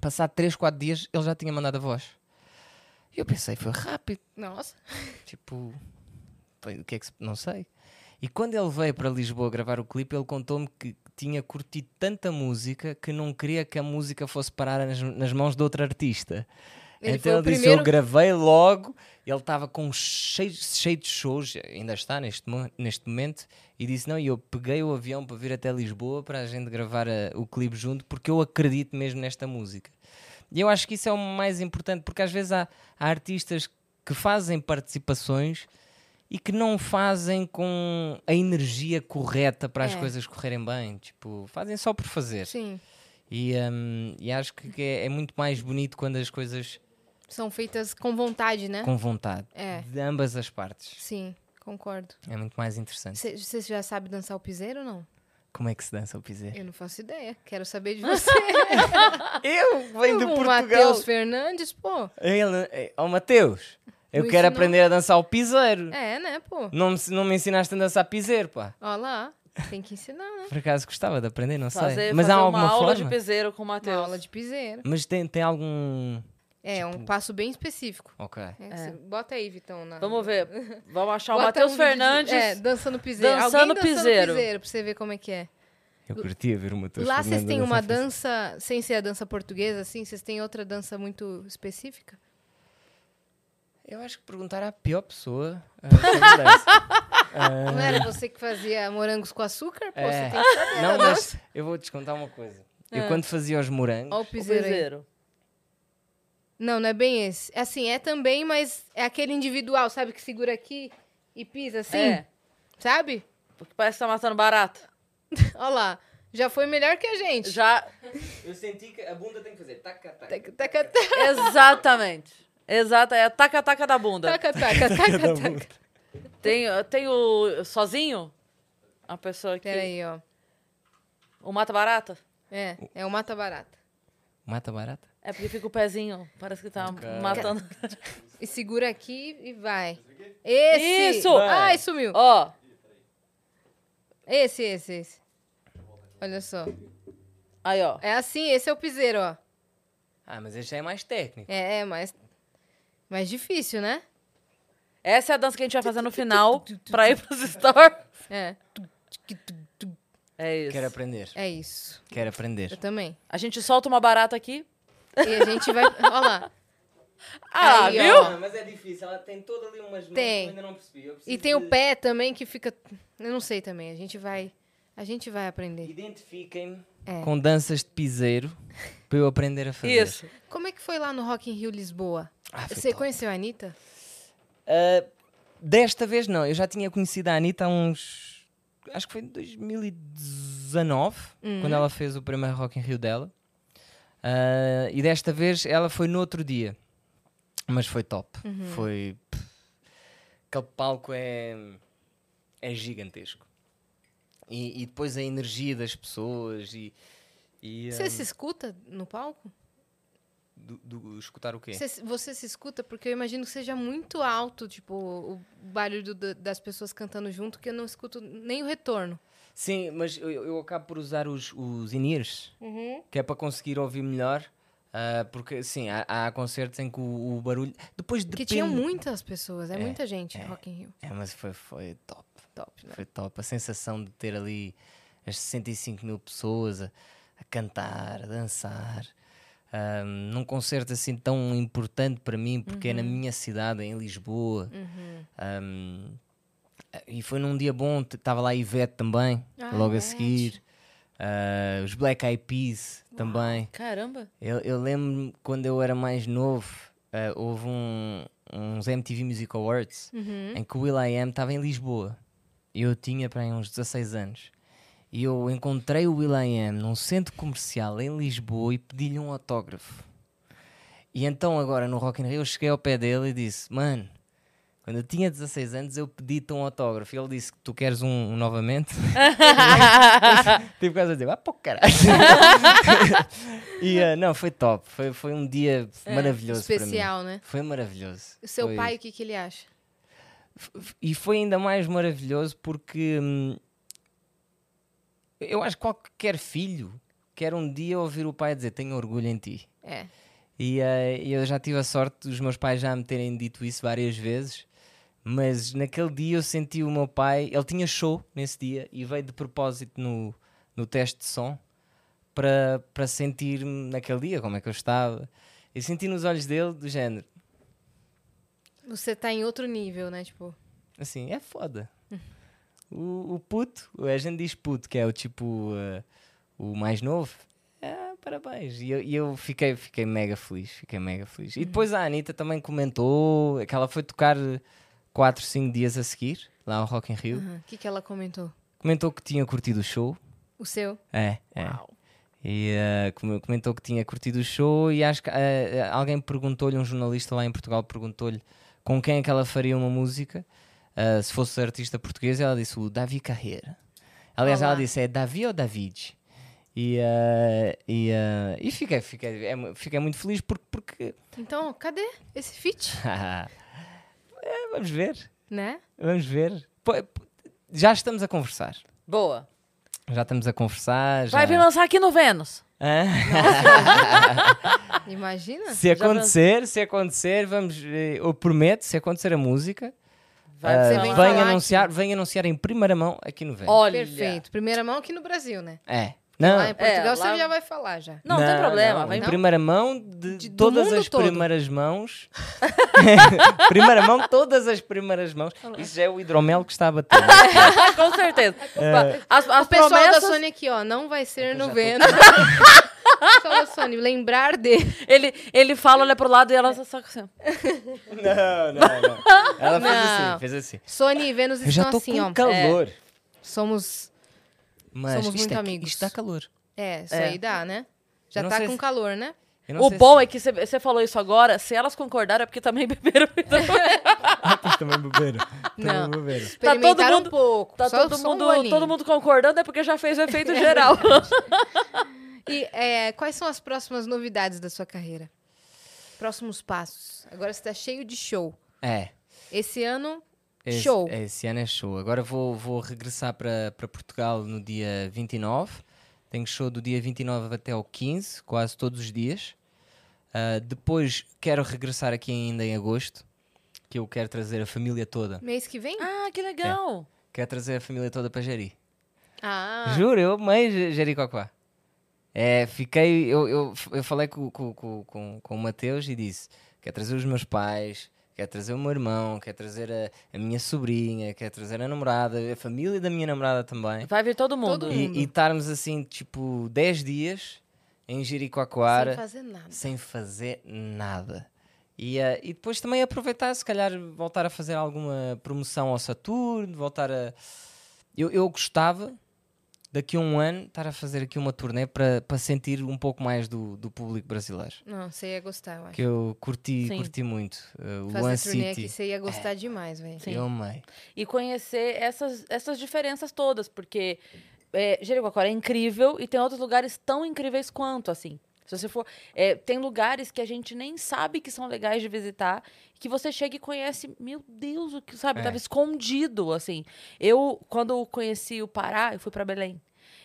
S3: Passado 3, 4 dias, ele já tinha mandado a voz. E eu pensei: Foi rápido.
S2: Nossa.
S3: Tipo, bem, o que é que se- não sei. E quando ele veio para Lisboa gravar o clipe, ele contou-me que tinha curtido tanta música que não queria que a música fosse parar nas, nas mãos de outro artista.
S2: Ele foi o
S3: então ele disse:
S2: primeiro-
S3: Eu gravei logo. Ele estava com cheio, cheio de shows, ainda está neste, mo- neste momento, e disse: Não, e eu peguei o avião para vir até Lisboa para a gente gravar a- o clipe junto, porque eu acredito mesmo nesta música. E eu acho que isso é o mais importante, porque às vezes há, há artistas que fazem participações e que não fazem com a energia correta para as
S2: É.
S3: coisas correrem bem. Tipo, fazem só por fazer.
S2: Sim.
S3: E, hum, e acho que é, é muito mais bonito quando as coisas
S2: São feitas com vontade, né?
S3: com vontade.
S2: É.
S3: De ambas as partes.
S2: Sim, concordo.
S3: É muito mais interessante.
S2: Você você já sabe dançar o piseiro ou não?
S3: Como é que se dança o piseiro?
S2: Eu não faço ideia. Quero saber
S1: (laughs)
S2: de você.
S3: Eu venho
S2: (laughs)
S3: de
S2: o
S3: Portugal.
S2: Matheus Fernandes, pô.
S3: Ele, eh, ó Mateus, eu
S2: Me
S3: quero
S2: ensinou.
S3: aprender a dançar o piseiro.
S2: É, né, pô?
S3: Não, me- não me ensinaste a dançar piseiro, pá.
S2: Ó lá. Tem que ensinar, né?
S3: Por acaso gostava de aprender, não
S1: Fazer,
S3: sei. é. Mas
S1: fazer
S3: há
S1: uma
S3: alguma
S1: aula de
S3: forma?
S1: piseiro com o
S2: Uma aula
S1: Matheus.
S2: de piseiro.
S3: Mas tem, tem algum.
S2: É, um
S3: Tipo-
S2: passo bem específico.
S3: Ok.
S2: É, você- Bota aí, Vitão. Na...
S1: Vamos
S2: (laughs)
S1: ver. Vamos achar
S2: Bota
S1: o Matheus
S2: um vídeo de-
S1: Fernandes.
S2: É, dançando piseiro.
S1: dançando
S2: Alguém dançando
S1: piseiro.
S2: piseiro, pra você ver como é que é.
S3: Eu curtia ver uma Matheus
S2: Lá vocês
S3: Fernando
S2: têm uma
S3: dançar funk.
S2: dança, sem ser a dança portuguesa, assim, vocês têm outra dança muito específica?
S3: Eu acho que perguntar à pior pessoa ah, sobre
S2: (laughs)
S3: dança.
S2: Não era você que fazia morangos com açúcar? Pô,
S3: É.
S2: você tem que saber.
S3: Não, mas eu vou te contar uma coisa.
S2: Ah.
S3: Eu quando fazia os morangos,
S2: Ó o
S1: O
S2: piseiro aí.
S1: piseiro.
S2: Não, não é bem esse. Assim, é também, mas é aquele individual, sabe? Que segura aqui e pisa assim,
S1: É.
S2: sabe?
S1: Porque parece que tá matando
S3: (laughs)
S1: barato.
S2: Olha lá, já foi melhor que a gente.
S1: Já.
S3: eu senti que a bunda tem que fazer taca taca.
S2: Taca, taca, taca,
S1: Exatamente. Exata, é a taca-taca da bunda.
S2: taca, taca, taca,
S3: um.
S2: taca.
S1: Tem, tem o sozinho? A pessoa que.
S2: Peraí, ó.
S1: O mata barata?
S2: É, é o mata barata.
S3: Mata barata?
S1: É porque fica o pezinho. Parece que tá matando.
S2: E segura aqui e vai. Esse!
S1: Isso!
S2: Ai, sumiu.
S1: Ó,
S2: Esse, esse, esse. Olha só.
S1: aí, ó.
S2: É assim, esse é o piseiro, ó.
S3: Ah, mas este é mais técnico.
S2: É, é mais, mais difícil, né?
S1: Essa é a dança que a gente vai fazer no final pra ir pros stories.
S2: É,
S1: É isso.
S3: Quero aprender.
S2: é isso.
S3: Quero
S2: Eu
S3: aprender.
S2: também.
S1: A gente solta uma barata aqui.
S2: E a gente vai... (laughs) Olha lá.
S1: Ah,
S2: Aí,
S1: viu?
S2: ó.
S3: mas é difícil, ela tem toda ali umas mãos
S2: Tem.
S3: não percebi. Eu
S2: E
S3: preciso
S2: tem
S3: de-
S2: o pé também que fica. Eu não sei também. A gente vai. A gente vai aprender.
S3: Identifiquem-me
S2: É.
S3: com danças de piseiro para eu aprender a fazer.
S1: Isso.
S2: Como é que foi lá no Rock in Rio Lisboa?
S3: Ah, foi
S2: Você
S3: top.
S2: conheceu a Anitta?
S3: Ah, desta vez não, eu já tinha conhecido a Anitta há uns. Acho que foi em 2019, quando ela fez o primeiro Rock in Rio dela. Ah, e desta vez ela foi no outro dia. Mas foi top. Foi. pff, Aquele palco é. é gigantesco. E, e depois a energia das pessoas e. e,
S2: Você
S3: ah,
S2: se escuta no palco?
S3: do, do- escutar o quê?
S2: Você, se- você se escuta? Porque eu imagino que seja muito alto, tipo, o barulho do- das pessoas cantando junto, que eu não escuto nem o retorno.
S3: Sim, mas eu, eu acabo por usar os, os in-ears,
S1: Uhum.
S3: que é para conseguir ouvir melhor. ah, porque, sim, há, há concertos em que o, o barulho. Depois depende.
S2: Porque tinham muitas pessoas, é, muita gente Rock in Rio.
S3: É, mas foi, foi top.
S2: Top, né?
S3: Foi top. A sensação de ter ali as 65 mil pessoas a, a cantar, a dançar. ah, num concerto assim tão importante para mim, porque
S2: Uhum.
S3: é na minha cidade, em Lisboa.
S1: Uhum.
S3: Ah, e foi num dia bom, estava lá a Ivete também,
S2: Ah,
S3: logo a
S2: Ivete.
S3: seguir. Ah, os Black Eyed Peas também.
S1: Caramba.
S3: Eu, eu lembro quando eu era mais novo, ah, houve um, uns MTV Music Awards
S2: Uhum.
S1: Uhum.
S3: em que o Will.i.am estava em Lisboa. Eu tinha para uns 16 anos. E eu encontrei o Will.i.am num centro comercial em Lisboa e pedi-lhe um autógrafo. E então agora no Rock in Rio eu cheguei ao pé dele e disse, mano, quando eu tinha 16 anos eu pedi-te um autógrafo. E ele disse, tu queres um, um novamente? Tive quase a dizer, ah,
S2: (laughs)
S3: pô, caralho. e ah, não, foi top. Foi, foi um dia maravilhoso para mim.
S2: É, Especial, né?
S3: Foi maravilhoso.
S2: O seu
S3: Foi-
S2: pai, o que, que ele acha?
S3: e foi ainda mais maravilhoso porque hum, eu acho que qualquer filho quer um dia ouvir o pai dizer tenho orgulho em ti.
S2: É.
S3: E eh, eu já tive a sorte dos meus pais já me terem dito isso várias vezes, mas naquele dia eu senti o meu pai, ele tinha show nesse dia e veio de propósito no, no teste de som para para sentir-me naquele dia como é que eu estava. Eu senti nos olhos dele do género,
S2: Você tá em outro nível, né? Tipo.
S3: assim, é foda. O, o puto, a gente diz puto, que é o tipo eh, o mais novo. Ah, parabéns. E eu, e eu fiquei, fiquei mega feliz, fiquei mega feliz. E depois a Anitta também comentou que ela foi tocar 4, 5 dias a seguir, lá ao Rock in Rio.
S2: aham, O que, que ela comentou?
S3: Comentou que tinha curtido o show.
S2: O seu?
S3: É, é. E eh, come- comentou que tinha curtido o show e acho que eh, alguém perguntou-lhe, um jornalista lá em Portugal perguntou-lhe com quem é que ela faria uma música, eh, se fosse artista português, e ela disse o Davi Carreira. Aliás,
S2: Olá.
S3: ela disse é Davi ou David? E, eh, e, eh, e fiquei, fiquei, é mu- fiquei muito feliz porque. porque (laughs)
S2: Então, cadê esse fit?
S3: é, vamos ver,
S2: Né?
S3: vamos ver. Pô, pô, já estamos a conversar.
S1: (laughs) Boa.
S3: Já estamos a conversar.
S1: Vai
S3: já- é.
S1: vir lançar aqui no Vênus.
S3: Hã?
S2: Imagina.
S1: Já
S3: Se acontecer, se acontecer, vamos. eh, Eu prometo, se acontecer a música,
S1: Vai
S2: Você
S1: falar.
S2: vem
S3: vem
S2: falar
S3: anunciar, vem anunciar em primeira mão aqui no Vênus.
S1: Olha.
S2: Perfeito. Primeira mão aqui no Brasil, né?
S3: É.
S2: Lá
S3: Não,
S2: em Portugal
S1: É, lá-
S2: você já vai falar já.
S1: Não, não tem problema.
S3: não,
S1: vai
S3: em
S1: em-
S3: primeira mão de,
S2: De- do
S3: todas
S2: mundo
S3: as
S2: todo.
S3: primeiras mãos. (laughs) primeira mão, todas as primeiras mãos. Isso já é o hidromel que está
S2: (laughs)
S3: a bater.
S1: (laughs) Com certeza.
S3: É.
S1: As, as
S2: O pessoal
S1: promessas,
S2: da Sony aqui, ó, não vai ser
S3: Eu já
S2: no
S3: tô-
S2: Vênus. (laughs) O pessoal da Sony, lembrar dele.
S1: ele, ele fala, olha pro lado e ela só- só assim.
S3: não, não, não. Ela fez
S2: Não.
S3: assim, fez assim.
S2: Sony e Vênus
S3: Eu já
S2: estão
S3: estou
S2: assim,
S3: com
S2: ó.
S3: calor.
S2: é, somos.
S3: Mas
S2: Somos
S3: isto
S2: muito
S3: é que-
S2: amigos.
S3: Isto dá calor.
S2: É, isso
S1: É.
S2: aí dá, né? Já
S3: Eu não
S2: tá
S3: sei
S2: com
S3: se-
S2: calor, né?
S3: Eu não
S1: O
S3: sei
S1: bom é que você- você falou isso agora. Se elas concordaram, é porque também (laughs) beberam. Então,
S3: se... também beberam.
S2: (laughs) Não.
S3: Também beberam.
S1: Tá todo
S2: (laughs) Experimentaram
S1: mundo-
S2: um pouco.
S1: tá
S2: só-
S1: todo,
S2: só um
S1: mundo,
S2: golinho.
S1: todo mundo concordando, é porque já fez o
S2: (laughs)
S1: efeito geral.
S2: E é, quais são as próximas novidades da sua carreira? Próximos passos. Agora você tá cheio de show.
S3: É.
S2: Esse ano,
S3: Esse,
S2: Show.
S3: Esse ano é show. Agora vou, vou regressar para para Portugal no dia 29. Tenho show do dia 29 até ao 15, quase todos os dias. Ah, depois quero regressar aqui ainda em agosto, que eu quero trazer a família toda.
S2: mês que vem?
S1: ah, que legal.
S3: Quero trazer a família toda para Jari.
S2: Ah,
S3: Juro, eu amei Ja- Jericoacoara. É, fiquei. Eu, eu, eu falei com, com, com, com, com o Mateus e disse: quer trazer os meus pais, quer trazer o meu irmão, quer trazer a, a minha sobrinha, quer trazer a namorada, a família da minha namorada também.
S1: Vai vir todo mundo.
S2: Todo
S3: E-
S2: mundo.
S3: E estarmos assim, tipo, 10 dias em
S2: sem
S3: Jericoacoara,
S2: fazer nada.
S3: sem, fazer nada. E, eh, e depois também aproveitar, se calhar, voltar a fazer alguma promoção ao Saturno, voltar a. Eu, eu gostava, daqui a um ano, estar a fazer aqui uma turnê para para sentir um pouco mais do, do público brasileiro.
S2: Não, você ia gostar, eu acho.
S3: Que eu curti,
S1: Sim.
S3: curti muito. eh, o
S2: Fazer
S3: One
S2: turnê aqui,
S3: City. É.
S2: você ia gostar demais, velho.
S1: Sim.
S3: Eu amei.
S1: e conhecer essas, essas diferenças todas, porque é, Jericoacoara é incrível e tem outros lugares tão incríveis quanto, assim. Se você for, é, tem lugares que a gente nem sabe que são legais de visitar, que você chega e conhece, meu Deus, o que sabe,
S3: É.
S1: tava escondido, assim. Eu quando conheci o Pará, eu fui para Belém.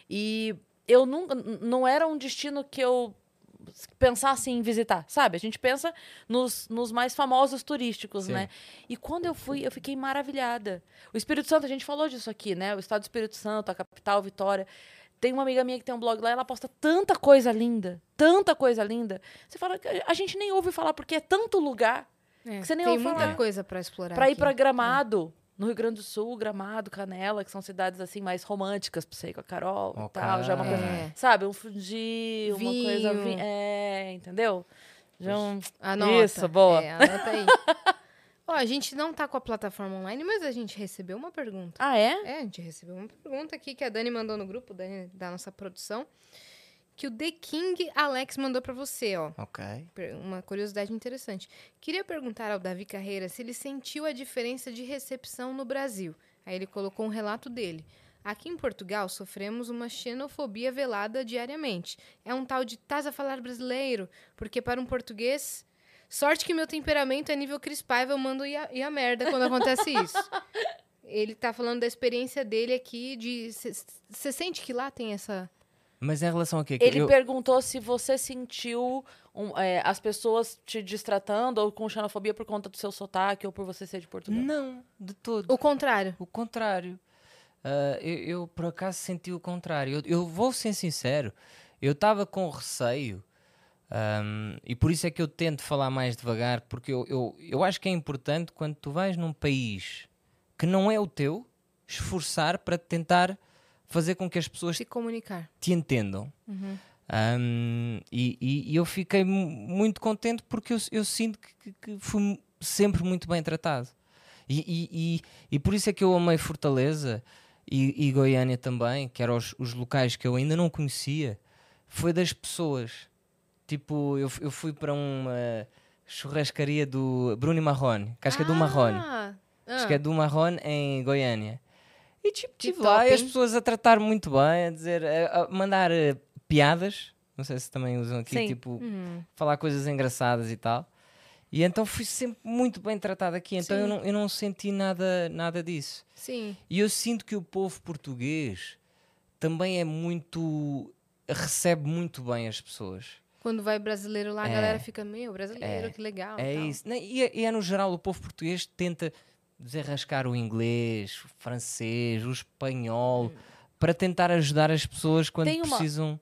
S1: E eu nunca n- não era um destino que eu pensasse em visitar, sabe? A gente pensa nos, nos mais famosos turísticos,
S3: Sim.
S1: né? E quando eu fui, eu fiquei maravilhada. O Espírito Santo, a gente falou disso aqui, né? O estado do Espírito Santo, a capital, Vitória. Tem uma amiga minha que tem um blog lá, ela posta tanta coisa linda, tanta coisa linda. Você fala, a gente nem ouve falar porque é tanto lugar
S2: É,
S1: Que você nem
S2: Tem
S1: ouve
S2: muita
S1: falar.
S2: coisa pra É. explorar.
S1: para ir
S2: aqui.
S1: para Gramado, no Rio Grande do Sul, Gramado, Canela, que são cidades assim mais românticas, pra você ir com a Carol
S3: Oh,
S1: e tal, já é uma coisa,
S2: É.
S1: sabe, um fundi, uma coisa,
S2: Vinho.
S1: vi- é, entendeu? Já um-
S2: Anota.
S1: Isso, boa.
S2: É, anota
S1: (laughs)
S2: aí. Ó, a gente não tá com a plataforma online, mas a gente recebeu uma pergunta.
S1: Ah, é?
S2: É, a gente recebeu uma pergunta aqui que a Dani mandou no grupo Dani, da nossa produção. Que o The King Alex mandou pra você, ó.
S3: Ok.
S2: Per- Uma curiosidade interessante. Queria perguntar ao Davi Carreira se ele sentiu a diferença de recepção no Brasil. Aí ele colocou um relato dele. Aqui em Portugal sofremos uma xenofobia velada diariamente. É um tal de estás a falar brasileiro, porque para um português. Sorte que meu temperamento é nível Cris Paiva, eu mando e a, e a merda quando acontece
S3: (laughs)
S2: isso. Ele tá falando da experiência dele aqui de. Você sente que lá tem essa.
S3: Mas em relação a quê? Que
S1: Ele
S3: eu-
S1: perguntou se você sentiu um, é, as pessoas te destratando ou com xenofobia por conta do seu sotaque ou por você ser de Portugal.
S3: Não, de todo.
S2: O contrário.
S3: O contrário. Ah, eu, eu, por acaso, senti o contrário. Eu, eu vou ser sincero, eu estava com receio. ahm, e por isso é que eu tento falar mais devagar, porque eu, eu, eu acho que é importante quando tu vais num país que não é o teu, esforçar para tentar fazer com que as pessoas
S2: Se comunicar.
S3: te entendam.
S2: Uhum.
S3: Ahm, e, e- e eu fiquei mu- muito contente porque eu, eu sinto que, que- que fui mu- sempre muito bem tratado. E, e- e- e por isso é que eu amei Fortaleza e, e Goiânia também, que eram os, os locais que eu ainda não conhecia, foi das pessoas. Tipo, eu, fu- eu fui para uma churrascaria do Bruno Marrone, que acho que é do Marrone.
S2: Ah,
S3: Acho
S2: ah.
S3: que é do Marrone em Goiânia. E tipo,
S2: Que
S3: estive
S2: top,
S3: lá e as
S2: hein?
S3: pessoas a tratar muito bem, a dizer, a, a mandar eh, piadas. Não sei se também usam aqui,
S1: Sim.
S3: tipo,
S2: Hum.
S3: falar coisas engraçadas e tal. E então fui sempre muito bem tratado aqui, então eu
S2: Sim.
S3: não, eu não senti nada, nada disso.
S2: Sim.
S3: E eu sinto que o povo português também é muito. recebe muito bem as pessoas.
S2: Quando vai brasileiro lá, a
S3: É.
S2: galera fica, meu, brasileiro,
S3: É.
S2: que legal.
S3: É
S2: tal."
S3: isso. Não, E é, e é no geral, o povo português tenta desenrascar o inglês, o francês, o espanhol,
S2: Hum.
S3: para tentar ajudar as pessoas quando
S1: Tem uma-
S3: precisam.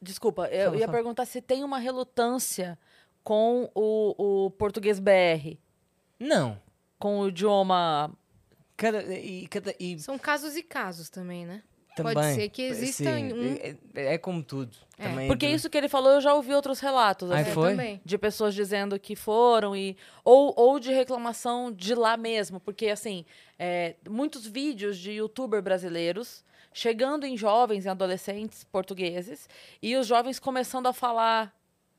S1: Desculpa, eu
S3: Fala,
S1: ia
S3: fala.
S1: perguntar se tem uma relutância com o, o português BR,
S3: Não.
S1: com o idioma.
S3: Cada, e, cada, e
S2: São casos e casos também, né?
S3: também.
S2: ser que exista
S3: sim,
S2: um-
S3: É, é como tudo.
S2: É.
S3: Também
S1: Porque
S3: do-
S1: isso que ele falou, eu já ouvi outros relatos.
S3: Ai,
S1: assim,
S2: É,
S3: foi?
S2: Também.
S1: De pessoas dizendo que foram e. Ou, ou de reclamação de lá mesmo. Porque, assim, é, muitos vídeos de youtuber brasileiros chegando em jovens, em adolescentes portugueses, e os jovens começando a falar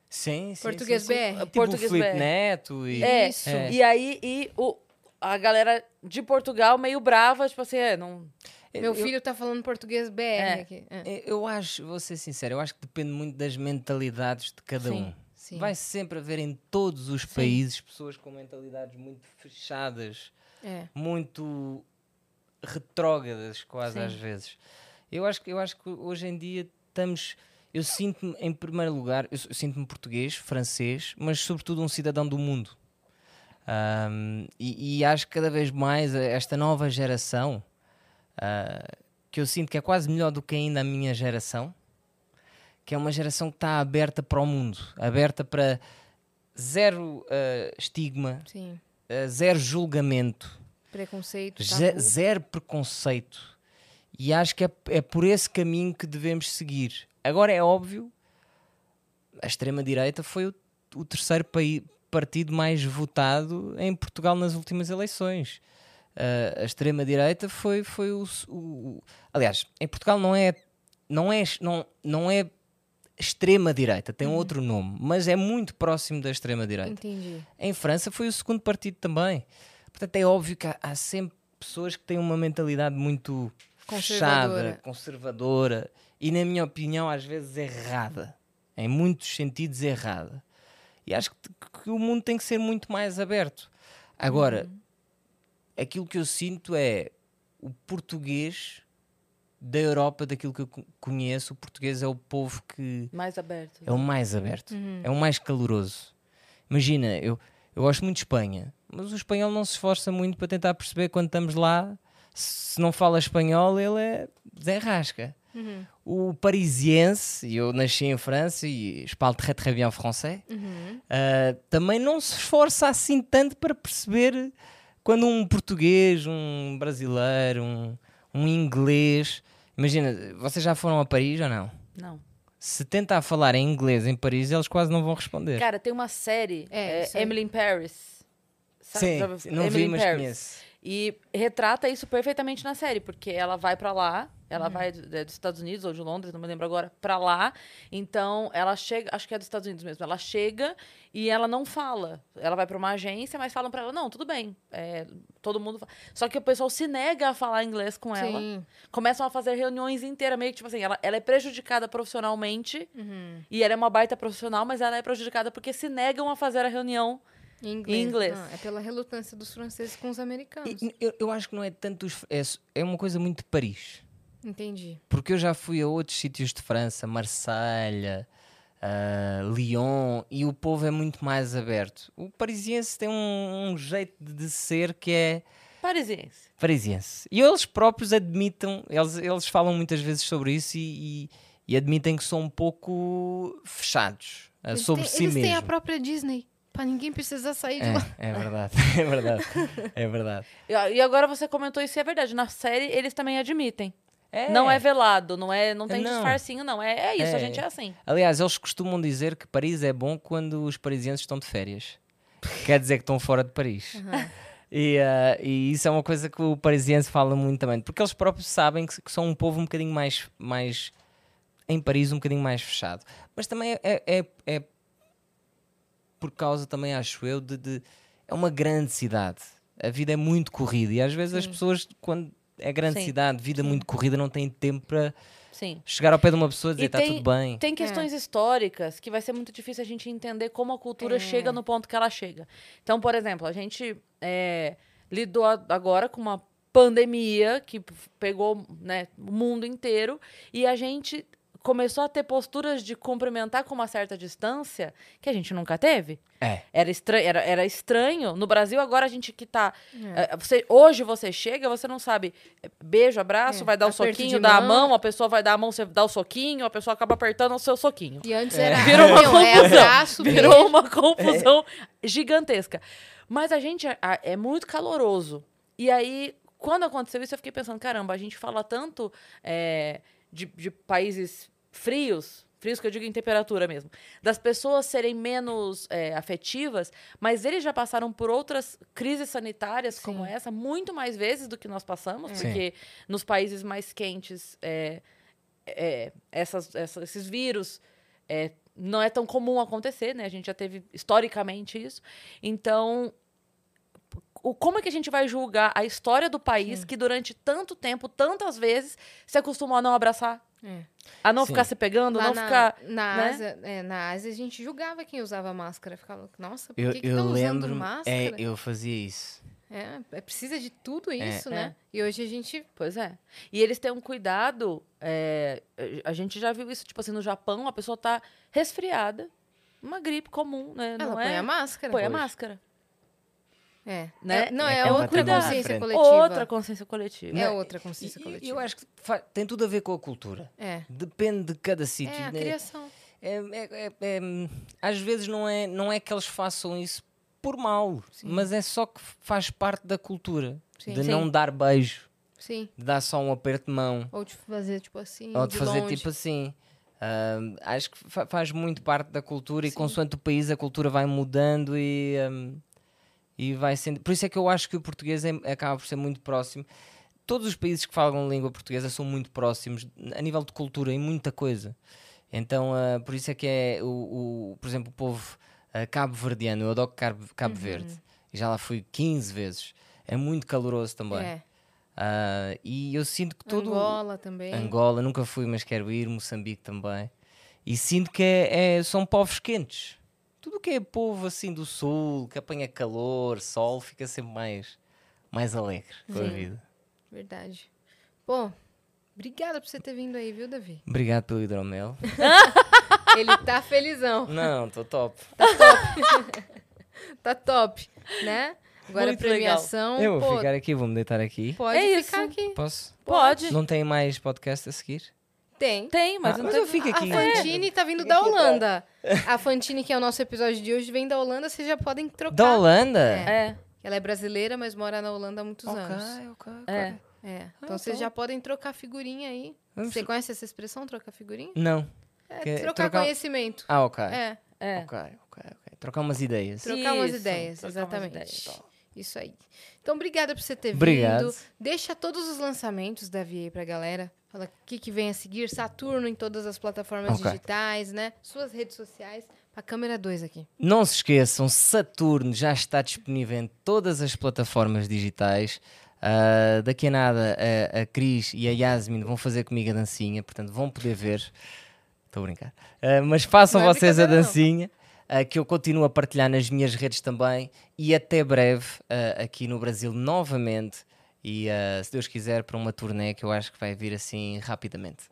S3: Sim, sim,
S2: Português
S3: sim, sim.
S2: BR.
S3: Tipo
S1: Português
S3: o Felipe
S1: BR.
S3: Neto e...
S1: É,
S2: Isso.
S3: é.
S1: E aí, e o, a galera de Portugal meio brava, tipo assim, é, não.
S2: Meu
S3: Eu-
S2: filho tá falando português BR aqui. É.
S3: Eu, eu acho, vou ser sincero, eu acho que depende muito das mentalidades de cada
S2: Sim,
S3: um.
S2: sim.
S3: Vai sempre haver em todos os países pessoas com mentalidades muito fechadas,
S2: É.
S3: muito retrógradas quase
S2: Sim.
S3: às vezes. Eu acho, que- eu acho que hoje em dia estamos... Eu sinto-me, em primeiro lugar, eu, s- eu sinto-me português, francês, mas sobretudo um cidadão do mundo. Ahm, e, e acho que cada vez mais eh, esta nova geração, ah, que eu sinto que é quase melhor do que ainda a minha geração, que é uma geração que está aberta para o mundo, aberta para zero ah, estigma,
S2: Sim.
S3: ah, zero julgamento,
S2: Preconceito. tá
S3: Ze-
S2: tabu.
S3: zero preconceito. E acho que é, é por esse caminho que devemos seguir. Agora é óbvio, a extrema-direita foi o, o terceiro paí- partido mais votado em Portugal nas últimas eleições. Ah, a extrema-direita foi, foi o, s- o- o- Aliás, em Portugal não é. Não é, es- não, não é extrema-direita, tem um outro nome, mas é muito próximo da extrema-direita.
S2: Entendi.
S3: Em França foi o segundo partido também. Portanto, é óbvio que há, há sempre pessoas que têm uma mentalidade muito
S2: Conservadora.
S3: fechada, conservadora e, na minha opinião, às vezes errada. Em muitos sentidos, errada. E acho que, que o mundo tem que ser muito mais aberto. Agora, aquilo que eu sinto é o português da Europa, daquilo que eu co- conheço, o português é o povo que
S1: Mais aberto.
S3: é o mais aberto. É o mais caloroso. Imagina, eu, eu gosto muito de Espanha, mas o espanhol não se esforça muito para tentar perceber quando estamos lá. Se não fala espanhol, ele é Zé Rasca. O parisiense, e eu nasci em França e falo très très bien français,
S2: Uhum.
S3: ah, também não se esforça assim tanto para perceber quando um português, um brasileiro, um, um inglês. Imagina, vocês já foram a Paris ou não?
S1: Não.
S3: se tentar falar em inglês em Paris, eles quase não vão responder.
S1: Cara, tem uma série,
S2: É,
S1: é,
S2: isso aí.
S1: Emily in Paris. Sabe- já ouviu-
S3: Sim, não
S1: Emily
S3: vi,
S1: in
S3: mas
S1: Paris.
S3: conheço.
S1: E retrata isso perfeitamente na série, porque ela vai pra lá, ela vai do- é, dos Estados Unidos ou de Londres, não me lembro agora, pra lá. Então, ela chega, acho que é dos Estados Unidos mesmo, ela chega e ela não fala. Ela vai pra uma agência, mas falam pra ela, não, tudo bem, é, todo mundo... fa-". Só que o pessoal se nega a falar inglês com ela.
S2: Sim.
S1: começam a fazer reuniões inteiras, meio que tipo assim, ela, ela é prejudicada profissionalmente e ela é uma baita profissional, mas ela é prejudicada porque se negam a fazer a reunião.
S2: Em inglês.
S1: Em inglês.
S2: Ah, é pela relutância dos franceses com os americanos.
S3: E- Eu, eu acho que não é tanto os, é, s- é uma coisa muito de Paris.
S2: Entendi.
S3: Porque eu já fui a outros sítios de França, Marselha, ah, Lyon, e o povo é muito mais aberto. O parisiense tem um, um jeito de ser que é
S1: Parisiense.
S3: parisiense. E eles próprios admitam, eles, eles falam muitas vezes sobre isso e, e- e admitem que são um pouco fechados ah,
S2: Eles
S3: sobre
S2: têm,
S3: si
S2: eles
S3: mesmos.
S2: têm a própria Disney. Pra ninguém precisar sair de lá.
S3: É, é verdade, (laughs) é verdade, é verdade.
S1: E, e agora você comentou isso e é verdade. Na série, eles também admitem. Não é velado, não é, não tem
S3: Não.
S1: disfarcinho, não. É, é isso, a
S3: É.
S1: gente é assim.
S3: Aliás, eles costumam dizer que Paris é bom quando os parisienses estão de férias. Quer dizer que estão fora de Paris. E, ah, e isso é uma coisa que o parisiense fala muito também, porque eles próprios sabem que, que são um povo um bocadinho mais, mais em Paris, um bocadinho mais fechado. Mas também é, é- é por causa, também acho eu, de, de- é uma grande cidade. A vida é muito corrida e às vezes as pessoas, quando é grande
S1: Sim.
S3: cidade, vida muito corrida, não têm tempo para
S1: Sim.
S3: chegar ao pé de uma pessoa e dizer
S1: E
S3: está
S1: tem-
S3: tudo bem.
S2: É.
S1: Tem questões históricas que vai ser muito difícil a gente entender como a cultura
S2: É.
S1: chega no ponto que ela chega. Então, por exemplo, a gente é, lidou a- agora com uma pandemia que p- pegou né, o mundo inteiro e a gente começou a ter posturas de cumprimentar com uma certa distância que a gente nunca teve.
S3: É.
S1: Era, estra era, era estranho. No Brasil, agora a gente que tá.
S2: É.
S1: eh, você- hoje você chega, você não sabe. eh, Beijo, abraço,
S2: É,
S1: vai dar o
S2: aperto
S1: soquinho,
S2: de
S1: dá a
S2: mão.
S1: mão, a pessoa vai dar a mão, você dá o soquinho, a pessoa acaba apertando o seu soquinho.
S2: E antes era.
S1: Virou uma
S2: não, é
S1: confusão.
S2: abraço,
S1: Virou
S2: beijo.
S1: uma confusão
S2: É.
S1: gigantesca. Mas a gente a- a- é muito caloroso. E aí, quando aconteceu isso, eu fiquei pensando: caramba, a gente fala tanto é, de, de países frios, frios que eu digo em temperatura mesmo, das pessoas serem menos é, afetivas, mas eles já passaram por outras crises sanitárias como
S2: Sim.
S1: essa muito mais vezes do que nós passamos,
S2: É.
S3: Sim.
S1: porque nos países mais quentes é, é, essas- essa- esses vírus é, não é tão comum acontecer, né? A gente já teve historicamente isso. Então, o, como é que a gente vai julgar a história do país que durante tanto tempo, tantas vezes, se acostumou a não abraçar,
S2: É.
S1: a não
S3: Sim.
S1: ficar se pegando,
S2: Lá
S1: não
S2: na,
S1: ficar.
S2: na,
S1: né?
S2: Ásia, é, na Ásia a gente julgava quem usava máscara. Ficava, nossa, por
S3: Eu,
S2: que, que
S3: eu
S2: tá
S3: lembro.
S2: usando máscara?
S3: É, eu fazia isso.
S2: É, é, precisa de tudo isso,
S1: É.
S2: né? E hoje a gente.
S1: Pois é. E eles têm um cuidado. é, a gente já viu isso, tipo assim, no Japão, a pessoa tá resfriada, uma gripe comum, né?
S2: Ela
S1: não
S2: põe
S1: é?
S2: a máscara.
S1: põe a
S3: Hoje.
S1: máscara.
S2: É.
S1: Né?
S2: É, não,
S3: É
S2: é,
S3: completamente
S2: outra consciência
S3: diferente.
S2: coletiva.
S1: Outra consciência coletiva.
S2: É outra
S3: E,
S2: consciência
S3: e- eu
S2: coletiva.
S3: acho que fa- tem tudo a ver com a cultura.
S2: É.
S3: Depende de cada sítio.
S2: É a
S3: né?
S2: criação.
S3: É- é- é- é- às vezes não é, não é que eles façam isso por mal, mas é só que faz parte da cultura
S2: Sim.
S3: de
S1: Sim.
S3: não dar beijo,
S2: Sim.
S3: de dar só um aperto de mão
S2: Ou de fazer tipo assim.
S3: ou de, fazer
S2: longe.
S3: tipo assim. Ahm, acho que fa- faz muito parte da cultura e
S2: Sim.
S3: consoante o país a cultura vai mudando e, ahm, e vai sendo. Por isso é que eu acho que o português é- acaba por ser muito próximo. Todos os países que falam língua portuguesa são muito próximos a nível de cultura em muita coisa. Então, ah, por isso é que é o, o- por exemplo, o povo ah, cabo-verdiano, eu adoro Cabo, Cabo
S2: Uhum.
S3: Verde, e já lá fui 15 vezes. É muito caloroso também.
S2: É.
S3: Ah, e eu sinto que todo
S2: Angola também.
S3: Angola, nunca fui, mas quero ir, Moçambique também. E sinto que é- é- são povos quentes. Tudo o que é povo assim do sul, que apanha calor, sol, fica sempre mais, mais alegre com a
S2: Sim.
S3: vida.
S2: Verdade. Pô, obrigada por você ter vindo aí, viu, Davi?
S3: Obrigado pelo hidromel.
S2: Ele tá felizão.
S3: Não, estou top.
S2: Tá top, né? Agora
S1: Muito
S2: a premiação.
S3: Eu vou
S2: pô,
S3: ficar aqui, vou-me deitar aqui.
S2: Pode
S1: É
S2: ficar
S1: isso.
S2: aqui.
S3: Posso?
S1: Pode.
S3: Não tem mais podcast a seguir?
S2: Tem.
S1: Tem, mas,
S3: Ah,
S1: não
S3: mas
S1: tem-
S3: eu fico
S2: A
S3: aqui. É.
S2: Fantine tá vindo da Holanda. A Fantine, que é o nosso episódio de hoje, vem da Holanda, vocês já podem trocar.
S3: Da Holanda?
S1: É,
S2: Ela é brasileira, mas mora na Holanda há muitos
S3: Ok,
S2: anos.
S3: ok, ok.
S1: é.
S2: É. Então
S3: então.
S2: vocês já podem trocar figurinha aí.
S3: Vamos-
S2: Você conhece essa expressão, trocar figurinha?
S3: Não.
S2: É,
S3: Que-
S2: trocar,
S3: trocar-
S2: conhecimento.
S3: Ah, ok.
S2: É,
S1: É.
S3: Ok, ok, ok. Trocar umas ideias.
S1: Sim.
S2: trocar umas
S1: Isso,
S2: ideias,
S1: trocar umas
S2: exatamente.
S1: ideias.
S2: Isso aí. Então, obrigada por você ter
S3: Obrigado.
S2: vindo. Deixa todos os lançamentos, Davi, aí pra galera. Fala o que, que vem a seguir. Saturno em todas as plataformas
S3: Ok.
S2: digitais, né? Suas redes sociais. Pra câmera 2 aqui.
S3: Não se esqueçam, Saturno já está disponível em todas as plataformas digitais. Ah, daqui a nada, a, a Cris e a Yasmin vão fazer comigo a dancinha, portanto vão poder ver. Estou a brincar. Ah, mas façam
S2: Não é
S3: vocês a
S2: brincadeira, não.
S3: dancinha, ah, que eu continuo a partilhar nas minhas redes também. E até breve, ah, aqui no Brasil novamente. E ah, se Deus quiser, para uma turnê que eu acho que vai vir assim rapidamente.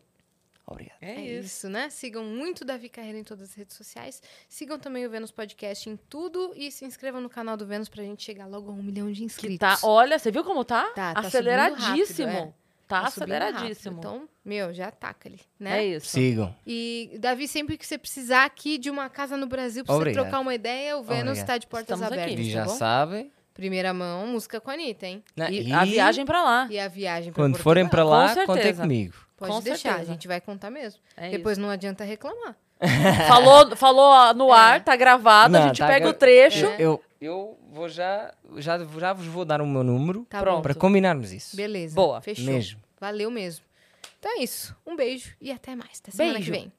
S3: Obrigado.
S1: É
S2: É
S1: isso.
S2: isso, né? Sigam muito Davi Carreira em todas as redes sociais. Sigam também o Vênus Podcast em tudo. E se inscrevam no canal do Vênus pra gente chegar logo a um milhão de inscritos.
S1: Que tá, olha, você viu como tá?
S2: Tá, tá
S1: aceleradíssimo.
S2: subindo rápido,
S1: Tá,
S2: Tá subindo rápido.
S1: aceleradíssimo.
S2: Então, meu, já ataca ali, né?
S1: É isso.
S3: Sigam.
S2: E, Davi, sempre que você precisar aqui de uma casa no Brasil, pra você
S3: Obrigado.
S2: trocar uma ideia, o Vênus
S3: Obrigado.
S2: tá de portas
S1: Estamos aqui.
S2: abertas,
S3: E
S2: tá
S3: já
S2: bom?
S3: sabem.
S2: Primeira mão, música com a Anitta, hein?
S3: né?
S1: E a viagem pra lá.
S2: E a viagem pra
S3: Quando forem para
S2: Portugal.
S3: lá,
S1: Com
S3: contem
S1: certeza.
S3: comigo.
S2: Pode
S1: Com
S2: deixar,
S1: certeza.
S2: a gente vai contar mesmo.
S1: É
S2: Depois É. não adianta reclamar.
S1: isso. Falou, falou no ar, tá gravado, a
S3: Não,
S1: gente
S3: tá
S1: pega
S3: gra-
S1: o trecho.
S3: Eu, eu, eu vou já, já, já vos vou dar o meu número
S2: Tá
S1: Pronto.
S2: bom.
S3: para combinarmos isso.
S2: Beleza.
S1: Boa.
S2: Fechou.
S3: Mesmo.
S2: Valeu mesmo. Então é isso. Um beijo e até mais. Até semana
S1: Beijo.
S2: que vem.